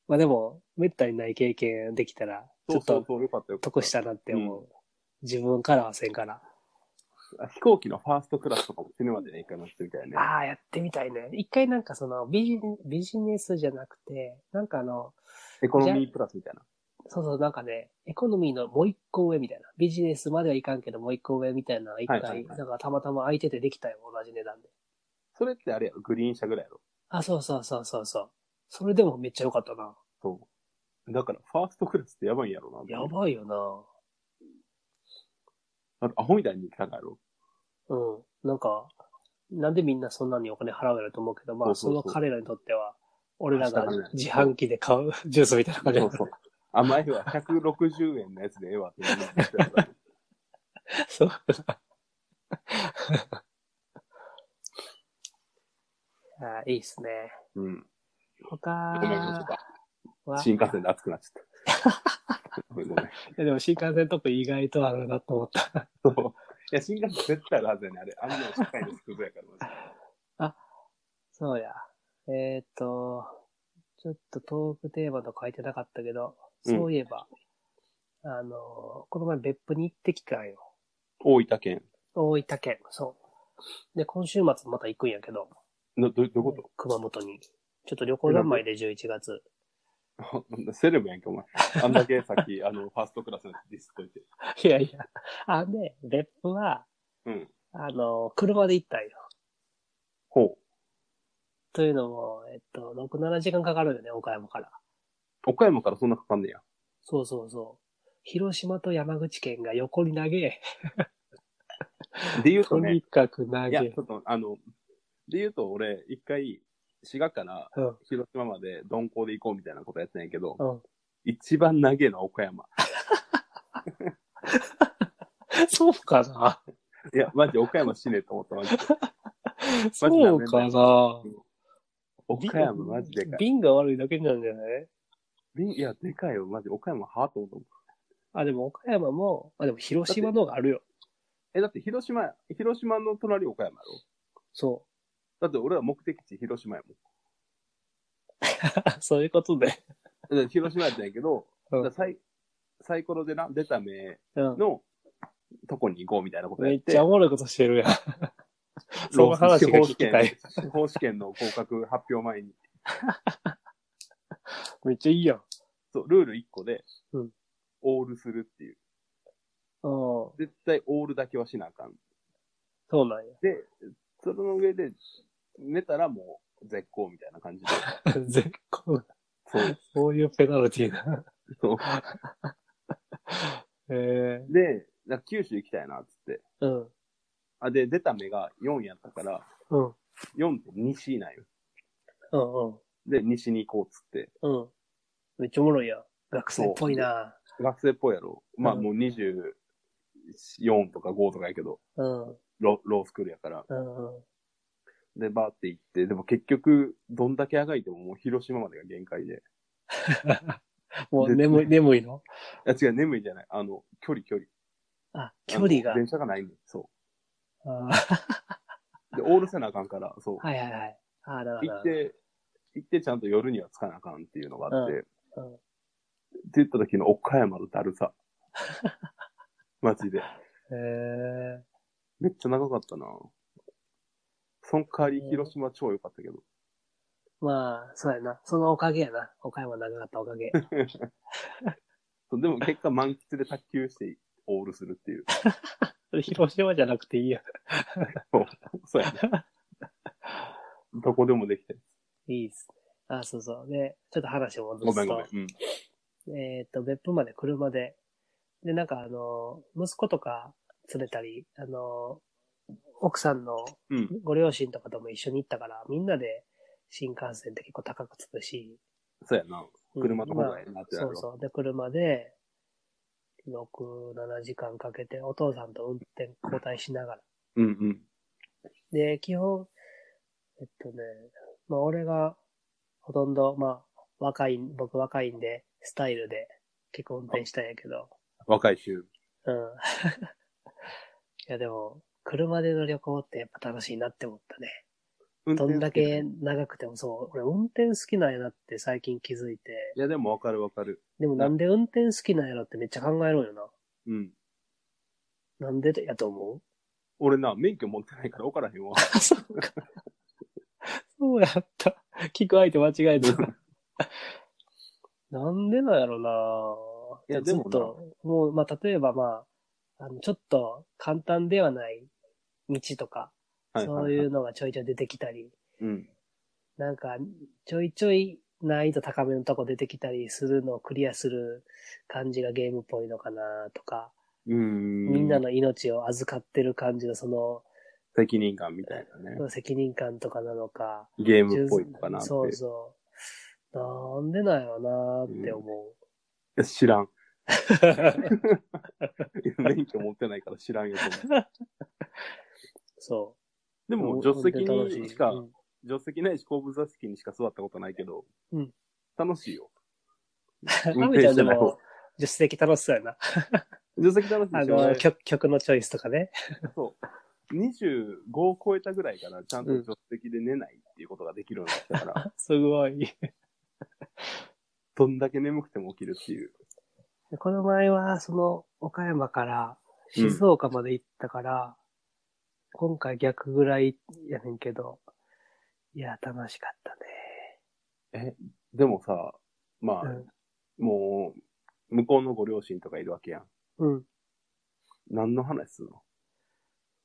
まあでも、めったにない経験できたら、ちょそうっそうとそう、よかったよかった。得したなって思う。自分からはせんから。あ飛行機のファーストクラスとかも死ぬまでに行かなくてみたいなね。ああ、やってみたいね。一回なんかそのビジ、ビジネスじゃなくて、なんかあの、エコノミープラスみたいな。そうそう、なんかね、エコノミーのもう一個上みたいな。ビジネスまではいかんけど、もう一個上みたいなのが一回、はいはいはいなんかたまたま空いててできたよ、同じ値段で。それってあれやろ、グリーン車ぐらいやろ。あ、そうそうそうそうそう。それでもめっちゃ良かったな。そう。だから、ファーストクラスってやばいんやろな。やばいよな。あアホみたいに高い やろ。うん。なんか、なんでみんなそんなにお金払うやろと思うけど、まあ、そそうそうそのう彼らにとっては、俺らが明日からね自販機で買 うジュースみたいな感じそうそう。甘いは160円のやつでええわって言うの にそう。 あーいいっすね。うん。他ごめん、ちょっは、と新幹線で熱くなっちゃった。 ごめん、ごめん。いやでも新幹線とか意外とあるなと思った。そう。いや、新幹線絶対あるはずやね。あれ、あんなの社会のスクールやからマジで。そうや。えーっ、と、ちょっとトークテーマと書いてなかったけど、うんそういえば、あの、この前別府に行ってきたんよ。大分県。大分県、そう。で、今週末また行くんやけど、な、どどういうこ熊本に。ちょっと旅行三昧で11月。と セレブやんけ、お前。あんだけさ っき、あの、ファーストクラスのやつディスっといて。いやいや。あ、で、別府は、うん。あの、車で行ったんよ。ほう。というのも、えっと、6、7時間かかるよね、岡山から。岡山からそんなかかんねや。そうそうそう。広島と山口県が横に投げ、で言うととねに、かく投いげや、ち。ょっと、あの、で言うと俺、一回、滋賀からうん。広島まで鈍行で行こうみたいなことやってないけど、うん。一番長えのは岡山。そうかないや、マジ岡山死ねえと思った、マジで。そうかな岡山マジでかい。瓶が悪いだけなんじゃないびいや、でかいよ、マジ。岡山はぁと思ったもん。あ、でも岡山も、あ、でも広島の方があるよ。え、だって広島、広島の隣岡山やろそだって俺は目的地広島やもん。う。 そういうことで。だから広島やったんやけど、うんだからサイサイコロでな、出た目うん。のとこに行こうみたいなことやめっ、ってちゃおもろいことしてるやん。その話が聞きたい。司法試験司法試験の合格発表前に、めっちゃいいやん。そう、ルール1個でうん、オールするっていう。うん。そ絶対オールだけはしなあかん。う なんで、その上で、寝たらもう絶好みたい な感じで。や。絶好。そう。そういうペナルティーな。 そうえで、だから九州行きたいな、つって。えうん。あ、で、出た目が4やったから、うん。 4って西なんよ。うんで、西に行こう、つって。うん。うん。めっちゃおもろいやん。学生っぽいな学生っぽいやろ。まあうんもう24とか5とかやけど、うん。うんロロースクールやから。 うん。で、バーって行って、でも結局、どんだけあがいてももう広島までが限界で。もう眠い、眠いのあ、違う、眠いじゃない。あの、距離、距離。あ、距離があの。電車がないの。そあーう。で、オールせなあかんから、そう。はいはいはい。ああ、なるほど行っ。て、行ってちゃんと夜には着かなあかんっていうのがあって、うんうんって言った時の岡山のだるさ。 マジで。へえ。めっちゃ長かったなその代わり広島超良かったけど。まあ、そうやな。そのおかげやな。岡山長かったおかげ。そうでも結果満喫で卓球してオールするっていう。 広島じゃなくていいや。そうやね。どこでもできて。いいっすね。あ、そうそう。で、ちょっと話を戻ごめすんごめとん。。うん。えっと、別府まで車で。で、なんかあの、息子とか連れたり、あの、奥さんのうん。ご両親とかとも一緒に行ったから、みんなで新幹線って結構高くつくし。そうやな。うん車の方がええなってなそるうわ。そう。で、車で、 6、7時間かけてお父さんと運転交代しながら。うんうん。で、基本、えっとね、まあ俺がほとんど、まあ若い、僕若いんで、スタイルで結構運転したんやけど、若い衆。うん。 いやでも、車での旅行ってやっぱ楽しいなって思ったね。運ど転んだ好きけ長くてもそう、俺運転好きなんやなって最近気づいて、いや、でもわかるわかる。でもなんで運転好きなんやろってめっちゃ考えろようん。な。なんでやと思う俺な、免許持ってないから分からへんわ。あ、そうか。そうやった。聞く相手間違えた。なんでなんやろないやでもな。ずっと、もう、まあ、例えばまあ、あの、ちょっと簡単ではない道とか、そういううのがちょいちょい出てきたり、うん。なんか、ちょいちょい難易度高めのとこ出てきたりするのをクリアする感じがゲームっぽいのかなとか、うん。みんなの命を預かってる感じのその、責任感みたいなね。責任感とかなのか、ゲームっぽいのかなって。そうそう。なんでなんやろなって思う。いや知 らん。免許持ってないから知らんよ。そんなそでう。も、助手席楽しいにしか、うん助手席ないし、後部座席にしか座ったことないけど、うん楽し いよ。アメちゃんでも、助手席楽しそうやな。助手席楽しいあでしの、ょ曲、曲のチョイスとかね。そう。25を超えたぐらいから、ちゃんと助手席で寝ないっていうことができるようになったから、すごい。どんだけ眠くても起きるっていう。この前は、その、岡山から静岡まで行ったから、今回逆ぐらいやねんけど、いや、楽しかったね。でもさ、まあ、もう、向こうのご両親とかいるわけやん。うん。うん何の話するの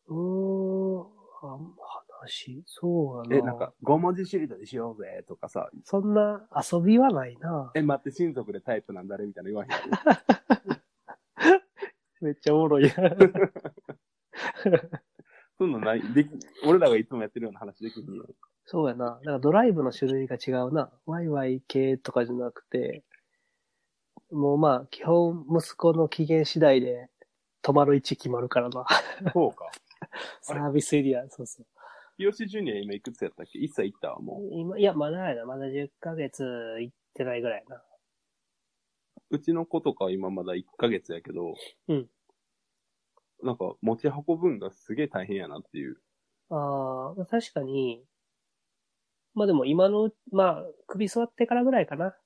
うーん。あん話、そうやな。え、なんか、5文字しりとりしようぜとかさ、そんな遊びはないな。え、待って、親族でタイプなんだれみたいな言わへん。 めっちゃおもろいやん。そんなんない。でき、俺らがいつもやってるような話できひ んよ。そうやな。だからドライブの種類が違うな。ワイワイ系とかじゃなくて、もうまあ、基本、息子の機嫌次第で、止まる位置決まるからな。そうか。 サービスエリア、そうそう。ヒヨシジュニア今いくつやったっけ一歳いったわ、も今、いや、まだやな。まだ10ヶ月行ってないぐらいやな。う。うちの子とかは今まだ1ヶ月やけど、うん。なんか、持ち運ぶんがすげえ大変やなっていう。ああ、確かに、まあでも今のう、まあ、首座ってからぐらいかな。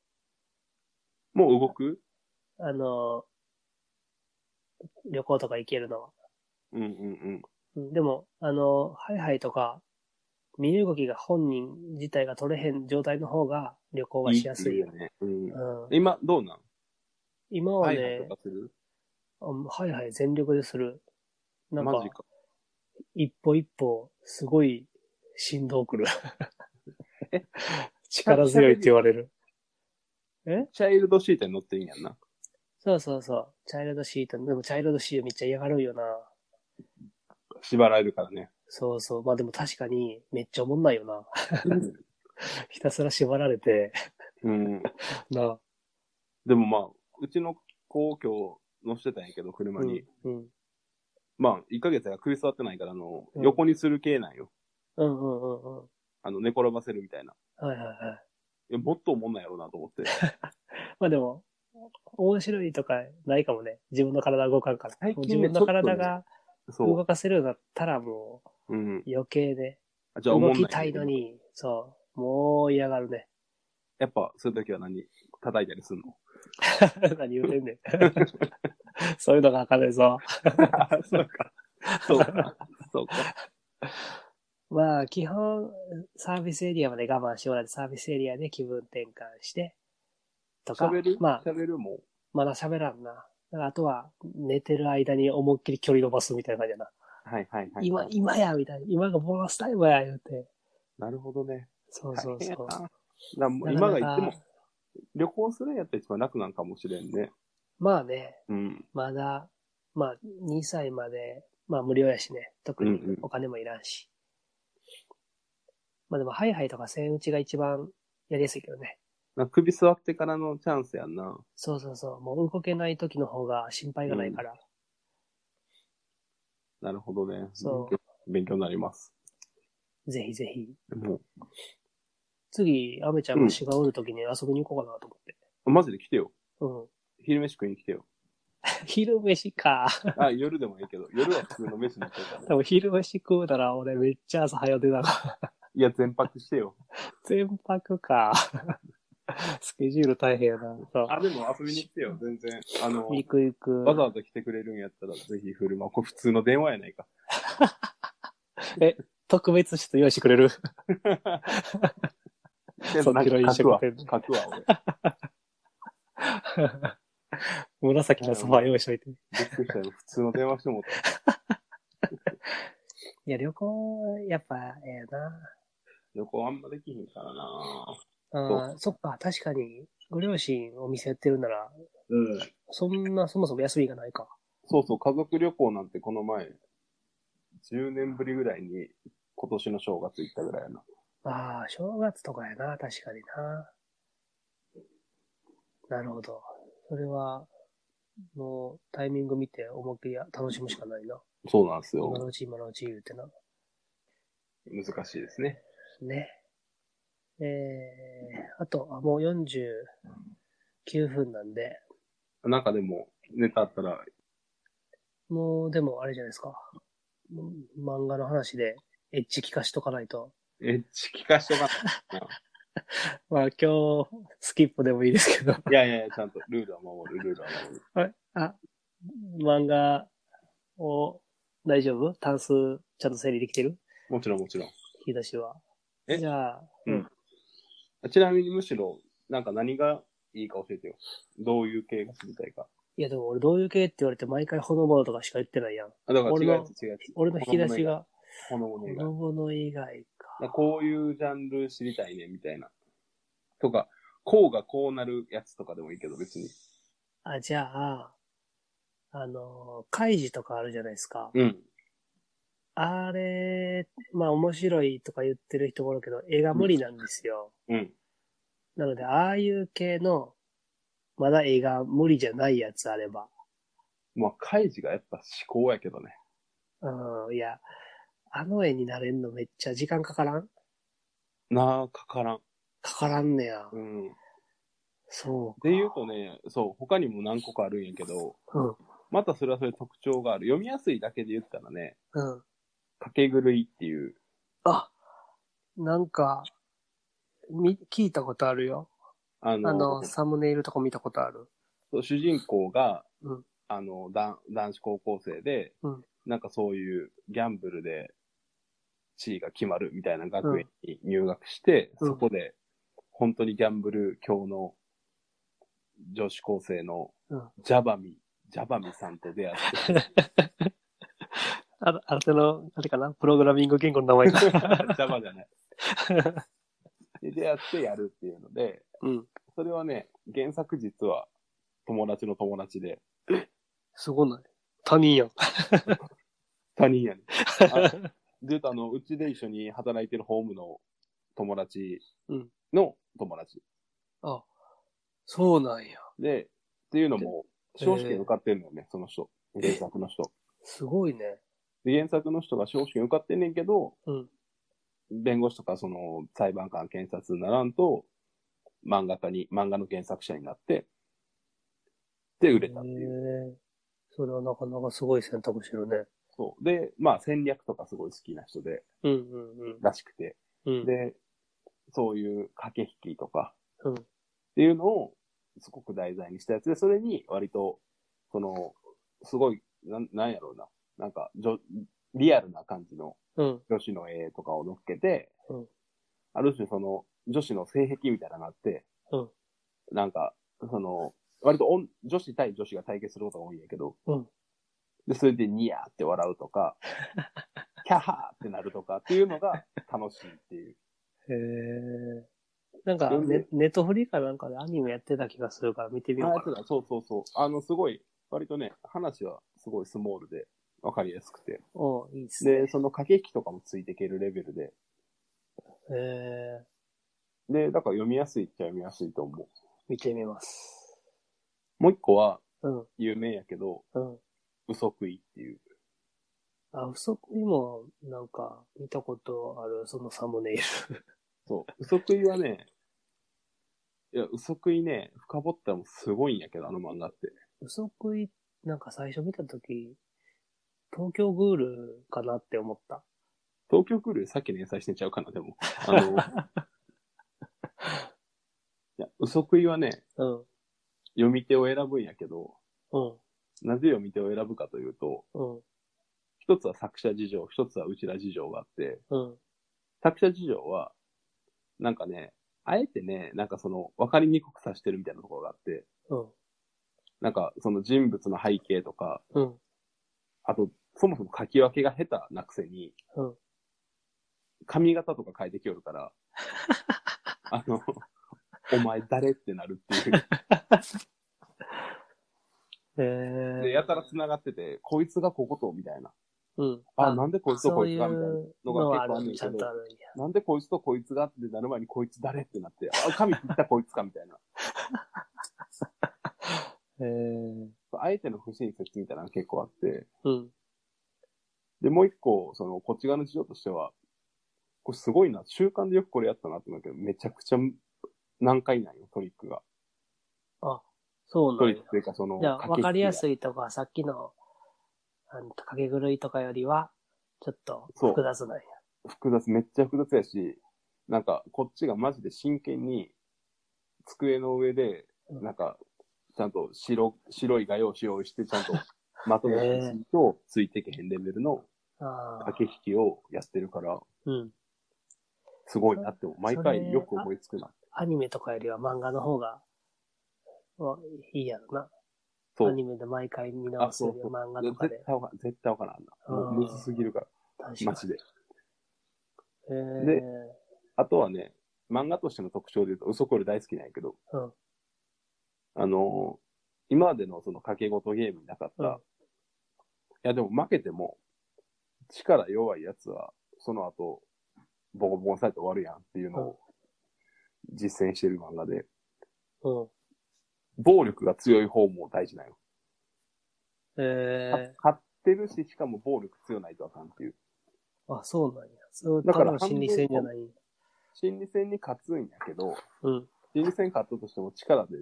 もう動くあの、旅行とか行けるのは。うんうんうんでも、あの、ハイハイとか、身動きが本人自体が取れへん状態の方が旅行うん。はしやすいよ。よね。うん。うん、今、どうなん今はハイハねイと、かするうんハイハイ全力でする。なんマかジ、か。一歩一歩、すごい振動 くる。力強力強いいっってて言言われる。チャイルドシートに乗ってんやんな。そうそうそう。チャイルドシート。でもチャイルドシートめっちゃ嫌がるよな。縛られるからね。そうそう。まあでも確かに、めっちゃおもんないよな。ひたすら縛られ て、うん。な。でもまあ、うちの子を今日乗してたんやけど、車に。うん。うんまあ、1ヶ月は首座ってないから、あの、うん横にする系なんよ。うんうんうんうん。あの、寝転ばせるみたいな。はいはいはい。いや、もっとおもんないやろうなと思 って。まあでも、面白いとかないかもね。自分の体動かんから。最近ね自分の体ちょがそ動う。かせるようになったらもうん。う余計ね、あじゃあ、おも動んない。きたいの。に、そう、もう嫌がるね。 やっぱ、そういう時は何叩いたりするの何言うてんね ん。そういうのがあかんねんぞ。そうか。そうか。そうか。まあ基本、サービスエリアまで我慢してもらって、サービスエリアで気分転換して、とか喋る、まあ、喋るもん。まだ喋らんな。だからあとは、寝てる間に思いっきり距離伸ばすみたいな感じやな。はいはいはい。今、今やみたいな。今がボーナスタイムや、言うて。なるほどね。そうそう大変やそなう。だもう今が言ってなもかなか、旅行するんやったら一番楽なんかもしれんね。まあね、うん。まだ、まあ、2歳まで、まあ無料やしね。特にうんうんお金もいらんし。まあでも、ハイハイとか千打ちが一番やりやすいけどね。なんか首座ってからのチャンスやんな。そうそうそう。もう動けない時の方が心配がないから。なるほどね。そ勉強勉強になります。ぜひぜひ。も次、アメちゃんが死がおる時に遊びに行こうかなと思って。う、マジで来てよ。うん。昼飯食いに来てよ。 昼飯か。あ、夜でもいいけど、 夜は普通の飯になってるから、ね。多分昼飯食うたら俺めっちゃ朝早出たから。いや、全泊してよ。全泊か。 スケジュール大変やな。そう。あ、でも遊びに来てよ、全然。あの、行く行く。わざわざ来てくれるんやったら、ぜひ振る舞う。これ普通の電話やないか。特別室用意してくれる。 そっちの飲書食くわ。店書くわ、俺。紫のソファー用意しといて。いびっくりしたよ。普通の電話してもらっや、旅行、やっぱ、ええた。旅行あんまできひんからなな。うん、そっか、確かに、ご両親お店やってるなら、うん。そんな、そもそも休みがないか。そうそう、家族旅行なんてこの前、10年ぶりぐらいに今年の正月行ったぐらいやな。ああ、正月とかやな、確かにな。なるほど。それは、もう、タイミング見て思いっきり楽しむしかないな。そうなんです今のよ。うち今のうち言うてな。難しいですね。ね。えー、あと、あもう49分なんで、なんかでも、ネタあったら、もうでもあれじゃないですか。もう漫画の話でエッジ聞かしとかないと。エッジ聞かしとかなまあ今日、スキップでもいいですけど。 いやいやいや、ちゃんとルールは守る、ルールは守る。あ、漫画を、大丈夫単数、ちゃんと整理できてるもちろんもちろん。引き出しは。えじゃあ、うんちなみにむしろ、なんか何がいいか教えてよ。どういう系が知りたいか。いやでも俺どういう系って言われて毎回ほのぼのとかしか言ってないやん。あ、だから違う俺やのつ違うやつ。俺の引き出しが、このものほ以外。のぼの以外なんか。かこういうジャンル知りたいね、みたいな。とか、こうがこうなるやつとかでもいいけど、別に。あ、じゃあ、あの、カイジとかあるじゃないですか。うん。あれ、まあ面白いとか言ってる人もおるけど、絵が無理なんですよ。うん。なので、ああいう系の、まだ絵が無理じゃないやつあれば。まあ、カイジがやっぱ思考やけどね。うん、いや、あの絵になれんのめっちゃ時間かからんなあ、かからん。かからんねや。うん。そうか。で言うとね、そう、他にも何個かあるんやけど、うん、またそれはそれ特徴がある。読みやすいだけで言ったらね、うん。かけ狂いっていう、あ、なんか、み、聞いたことあるよ。あの、あの、サムネイルとか見たことある。そう主人公が、うんあの、男男子高校生で、うんなんかそういうギャンブルで地位が決まるみたいな学園に入学して、うんそこで本当にギャンブル教の女子高生のうんジャバミ、ジャバミさんと出会って、 あ、あれの、あれかなプログラミング言語の名前ジか。ャバじゃない。で出会ってやるっていうので、 うん。それはね、原作実は友達の友達で、すごない。他人やん。他人やねん。 あで言うと、あの、うちで一緒に働いてるホームの友達うんの友達。あ、そうなんや。で、っていうのも、で少子受かってんのよね、その人。原作の人。すごいね。で、原作の人が少子受かってんねんけど、うん。弁護士とかその裁判官、検察にならんと、漫画家に、漫画の原作者になって、で、売れたっていう。へえそれはなかなかすごい選択してるね。そう。で、まあ戦略とかすごい好きな人で、うんうんらしくて。うん。うん、で、そういう駆け引きとか、うんっていうのをすごく題材にしたやつで、それに割と、その、すごい、なんなんやろうな、なんかじょ、リアルな感じのうん。女子の絵とかを乗っけて、うんある種その、女子の性癖みたいなのがあって、うんなんか、その、割とおん女子対女子が対決することが多いんやけど、うんで、それでニヤーって笑う とか、キャハーってなるとかっていうのが楽しいっていう。へえなんか読んでネ、ネットフリーかなんかでアニメやってた気がするから見てみよあうやっかてな。たそうそうそう。あの、すごい、割とね、話はすごいスモールで、わかりやすくて。おういいっすね。で、その駆け引きとかもついていけるレベルで、へえで、だから読みやすいっちゃ読みやすいと思見てみます。う。もう一個はうん、有名やけど、うん。嘘食いっていう。あ、不足にも、なんか、見たことある、そのサムネイル。 そう。嘘食いはね、いや、嘘食いね、深掘ったらもうすごいんやけど、あの漫画って。不足い、なんか最初見たとき、東京グールかなって思った。東京クールさっき連載してんちゃうかな、でも。あ の、いや、嘘食いはね、うん、読み手を選ぶんやけど、うん、なぜ読み手を選ぶかというと、うん、一つは作者事情、一つはうちら事情があって、うん、作者事情は、なんかね、あえてね、なんかその、わかりにくくさしてるみたいなところがあって、うん、なんかその人物の背景とか、うん、あと、そもそも書き分けが下手なくせに、うん髪型とか変えてきよる から、あの、お前誰ってなるってい う。えで、やたら繋がってて、こいつがここと、みたいな。うん。あ、なんでこいつとそこういいつが、みたいな。うののがが結あ構あんねんる、けどちゃんとあるんや。なんでこいつとこいつがってなる前にこいつ誰ってなって、あ、髪切ったこいつかみたいな。えー、あえての不親切みたいなのが結構あって。うん、で、もう一個、その、こっち側の事情としては、これすごいな。習慣でよくこれやったなって思うけど、めちゃくちゃ難解なんよ、トリックが。そうトなリんッやク。というか、その、じゃあ、わかりやい。すいとか、さっきの、あの、かけ狂いとかよりは、ちょっとそう複雑なんや。複雑、めっちゃ複雑やし、なんか、こっちがマジで真剣に、机の上で、なんか、ちゃんと白、白い画用紙用意して、ちゃん と、まとめてすると、ついてけへんレベルのああ。駆け引きをやってるから、うん。すごいなって、毎回よく思いつくな。アニメとかよりは漫画の方が、わいいやろな。そアうニ。メで毎回見直すよりは漫画とか絶で。対わかん絶対わからんあんな。もうむずすぎるから、確かマに。ジで。えー、であとはね、漫画としての特徴で言うと、嘘これ大好きなんやけど、うんあのー、今までのその掛け事ゲームになかった、うんいやでも負けても、力弱いやつは、その後、ボコボコにされて終わるやんっていうのを実践してる漫画で、うん。暴力が強い方も大事なよ。え勝ってるし、しかも暴力強ないとあかんっていう。ー、あ、そうなんや。そう、だだかからら心理戦じゃない。心理戦に勝つんやけど、うん。心理戦勝ったとしても力で、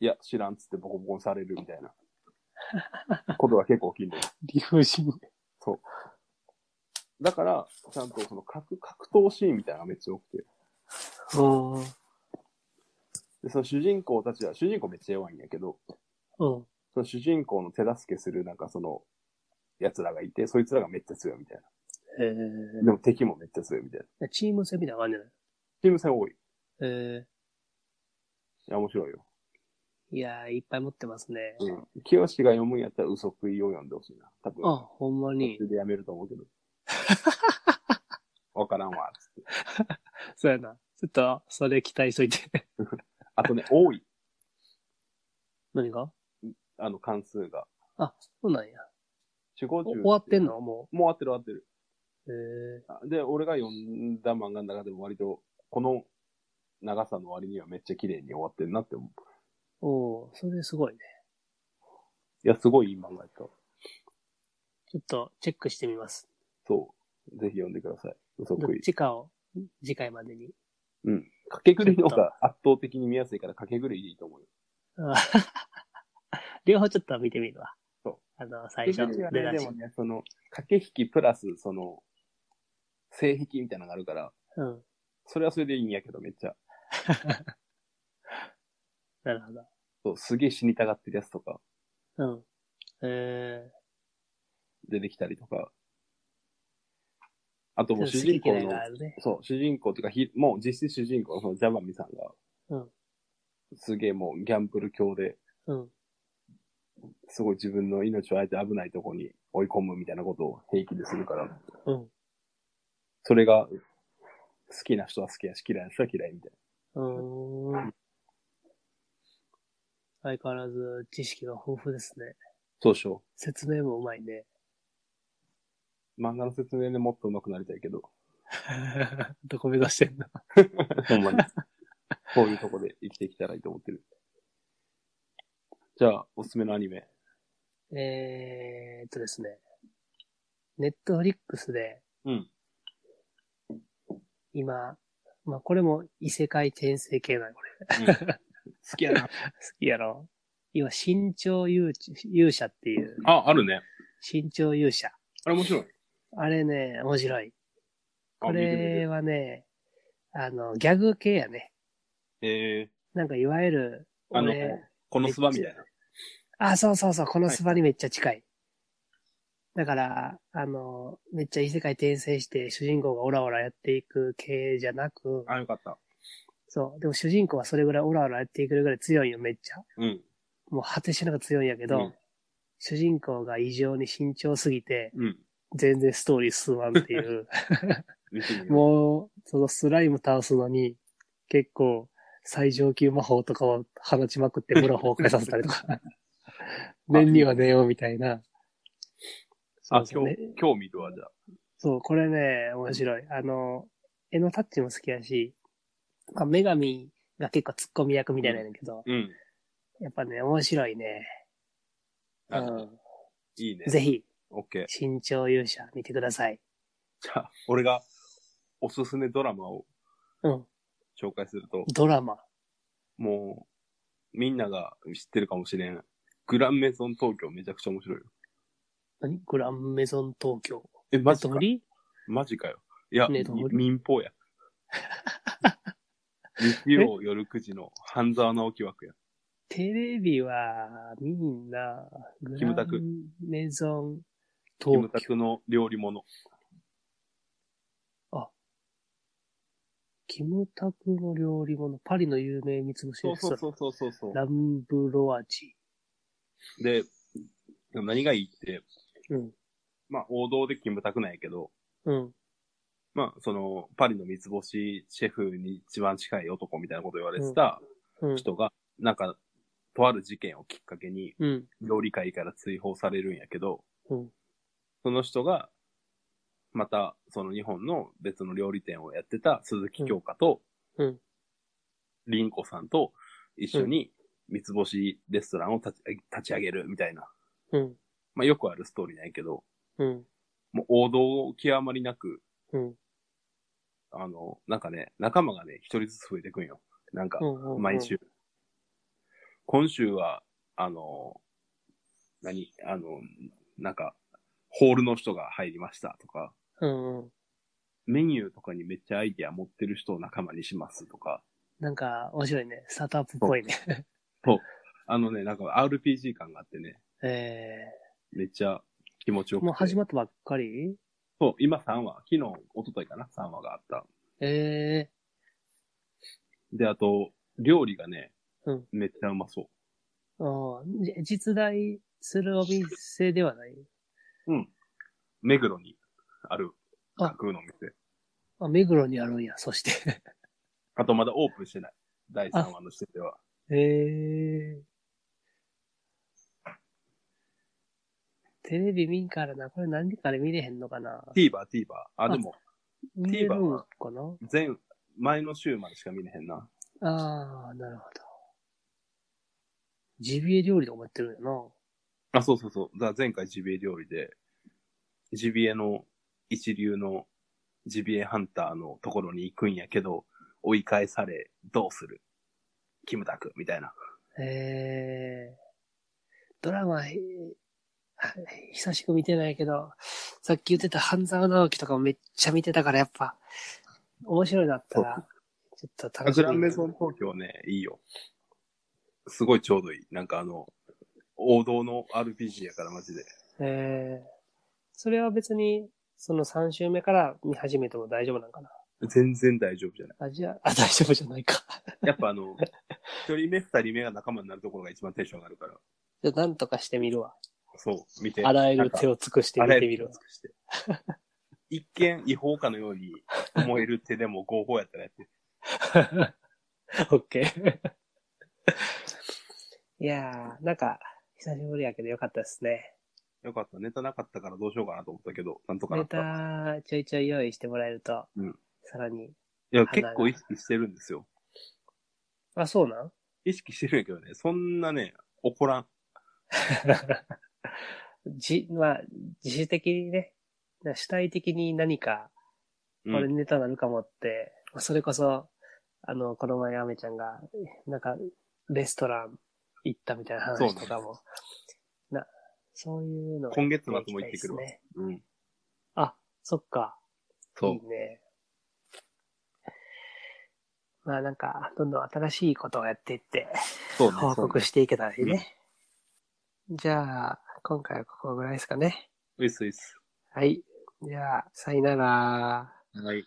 いや、知らんっつってボコボコにされるみたいな、ことが結構起きるんだよ。理不尽。だから、ちゃんとその格格闘シーンみたいなのがめっちゃ多くて。うん。うん。で、その主人公たちは、主人公めっちゃ弱いんやけど、その主人公の手助けするなんかその、奴らがいて、そいつらがめっちゃ強いみたいえな。でも敵もめっちゃ強いみたいな。ー、チーム戦みたいな感じなのチーム戦多い。いえや、面白いよ。ー、いやー、いっぱい持ってますね。うん。清志が読むんやったら嘘食いを読んでほしいな。多分。あ、ほんまに途。中でやめると思うけど。わからんわ、つって。そうやな。ちょっと、それ期待しといて。 あとね、多い。何があの、関数が。そうなんや。四五お十。終わってんのももう終わってる終わってる。う。えあで、俺が読んだ漫画の中でも割と、この長さの割にはめっちゃ綺麗に終わってんなって思う。ー、おー、それすごいね。いや、すごいいい漫画やった。ちょっと、チェックしてみます。そう。ぜひ読んでください。嘘どっ食い。ちかを、次回までに。 うん。かけ狂いの方が圧倒的に見やすいから、かけ狂いでいいと思うよ。あ両方ちょっと見てみるわ。そうあの、最か初け狂いは、出ね、だでしも。ね、その、駆け引きプラス、その、性癖みたいなのがあるから、うん。それはそれでいいんやけど、めっちゃ。なるほど。そう、すげえ死にたがってるやつとかうん。え出てきたりとか。あとー、もう主ちょっと好き人公嫌いのがあるね。そう、主人公というかひ、もう実質主人公のそのジャバミさんが、うんすげえもうギャンブル狂で、うん。すごい自分の命をあえて危ないとこに追い込むみたいなことを平気でするから、うん。それが好きな人は好きやし、嫌いな人は嫌いみたいうーん。相変わらず知識が豊富ですね。な。そうしよ説明もうまいね。う。漫画 の説明でもっと上手くなりたいけど、どこ目指してんのほんまに。こういうとこで生きていきたらいいと思ってる。じゃあ、おすすめのアニメ。えーっとですね。ネットフリックスで、うん。今、まあこれも異世界転生系だよ、これ。 好きやな。好きやろ。今、新潮勇勇者っていう、あ、あるね。新潮勇者。あれ面白い。あれね、面白い。あこ見る見れるはね、あの、ギャグ系やね。えー、なんかいわゆる、あの俺、このスバみたいな。あ、そうそうそう、このスバにめっちゃ近い。だから、あの、めっちゃ異世界転生して主人公がオラオラやっていく系じゃなく、あ、よかった。そう、でも主人公はそれぐらいオラオラやっていくぐらい強いよ、めっちゃ。うん。もう果てしなく強いんやけど、うん主人公が異常に慎重すぎて、うん。全然ストーリー進まんっていう。見てみようもう、そのスライム倒すのに、結構、最上級魔法とかを放ちまくって村崩壊させたりと か。念には念をみたいな。あ、そう今ね日、今日見るわ、じゃあ。そう、これね、面白い。あの、絵のタッチも好きやし、まあ、女神が結構ツッコミ役みたいなんやけど、うん。やっぱね、面白いね。うあん。いいね。ぜひ、オッケー。新潮勇者見てください。じゃあ、俺がおすすめドラマをうん。紹介すると、ドラマ。もう、みんなが知ってるかもしれん。グランメゾン東京めちゃくちゃ面白いよ。何グランメゾン東京。え、マジかネットフリマジかよ。いや、ねどうみ民 放や。日曜夜9時の半沢直樹枠や。テレビは、みんな、グキムラタクンメゾンキ東ムタ京。クの料理物。キムタクの料理物、パリの有名三つ星そレうストそラうンそうそうそうそランブロアジ。う。で、でも何がいいって、うん。まあ王道でキムタクなんやけど、うん。まあそのパリの三つ星シェフに一番近い男みたいなこと言われてたうん。人が、なんか、とある事件をきっかけにうん。料理界から追放されるんやけど、うんその人が、また、その日本の別の料理店をやってた鈴木京香と、うんうん凛子さんと一緒に三つ星レストランを立ち立ち上げるみたいな、うん。まあよくあるストーリーなんやけど、うん。もう王道を極まりなく、うん。あの、なんかね、仲間がね、一人ずつ増えてくんよ。なんか、うん。毎。週。今週は、あの、何あの、なんか、ホールの人が入りましたとか、うん。うん。メニューとかにめっちゃアイディア持ってる人を仲間にしますとか、なんか、面白いね。スタートアップっぽいね。あのね、なんか RPG 感があってね、えめっちゃ気持ちよー。くて。もう始まったばっかりそう、今3話、昨日、一昨日かな ?3 話があった。えで、あと、料理がね、うんめっちゃうまそう。ー。あーじ実在するお店ではない目黒にあるあ架空のお店。あ、目黒にあるんや、そして。あとまだオープンしてない。第3話の時点では。へえ。テレビ見んからな。これ何時から見れへんのかな TVer、TVer。あ、でも、見れるんかな前、前の週までしか見れへんな。ああ、なるほど。ジビエ料理とかもやってるんやな。あ、そうそうそう。だ前回ジビエ料理で、ジビエの一流のジビエハンターのところに行くんやけど、追い返され、どうするキムタク、みたいな。ええ。ドラマ、へは久しく見てないけど、さっき言ってた半沢直樹とかもめっちゃ見てたからやっぱ、面白いなったら、ちょっと楽しグみラに。ンメゾン東京ね、いいよ。すごいちょうどいい。なんかあの、王道の RPG やからマジで。ええそれは別に、その3週目から見始めても大丈夫なんかな。全然大丈夫じゃない。あ、じゃあ、あ 大丈夫じゃないか。やっぱあの、一人目二人目が仲間になるところが一番テンション上がるから。じゃあ、なんとかしてみるわ。そう、見て。あらゆなるんか手を尽くしてあ見らてゆみる手るをわ尽。くして。一見違法かのように思える手でも合法やったらやって。 オッケー。いやー、なんか、久しぶりやけどよかったですね。よかった。ネタなかったからどうしようかなと思ったけど、なんとかなネった。いタちょいちょい用意してもらえると、うんさらに。や、結構意識してるんですよ。あ、そうなん 意識してるんやけどね、そんなね、怒らん。じ、まあ、自主的にね、主体的に何か、うこれん、ネタなるかもって、まあそれこそ、あの、この前、アメちゃんが、なんか、レストラン行ったみたいな話とかも、な、そういうの。今月末も行ってくるわ。ね。うん。あ、そっか。そういいね。まあなんか、どんどん新しいことをやっていって、そうね。報そう告ねしていけたらいいね。じゃあ、今回はここぐらいですかね。ウィスウィス。はい。じゃあ、さよなら。はい。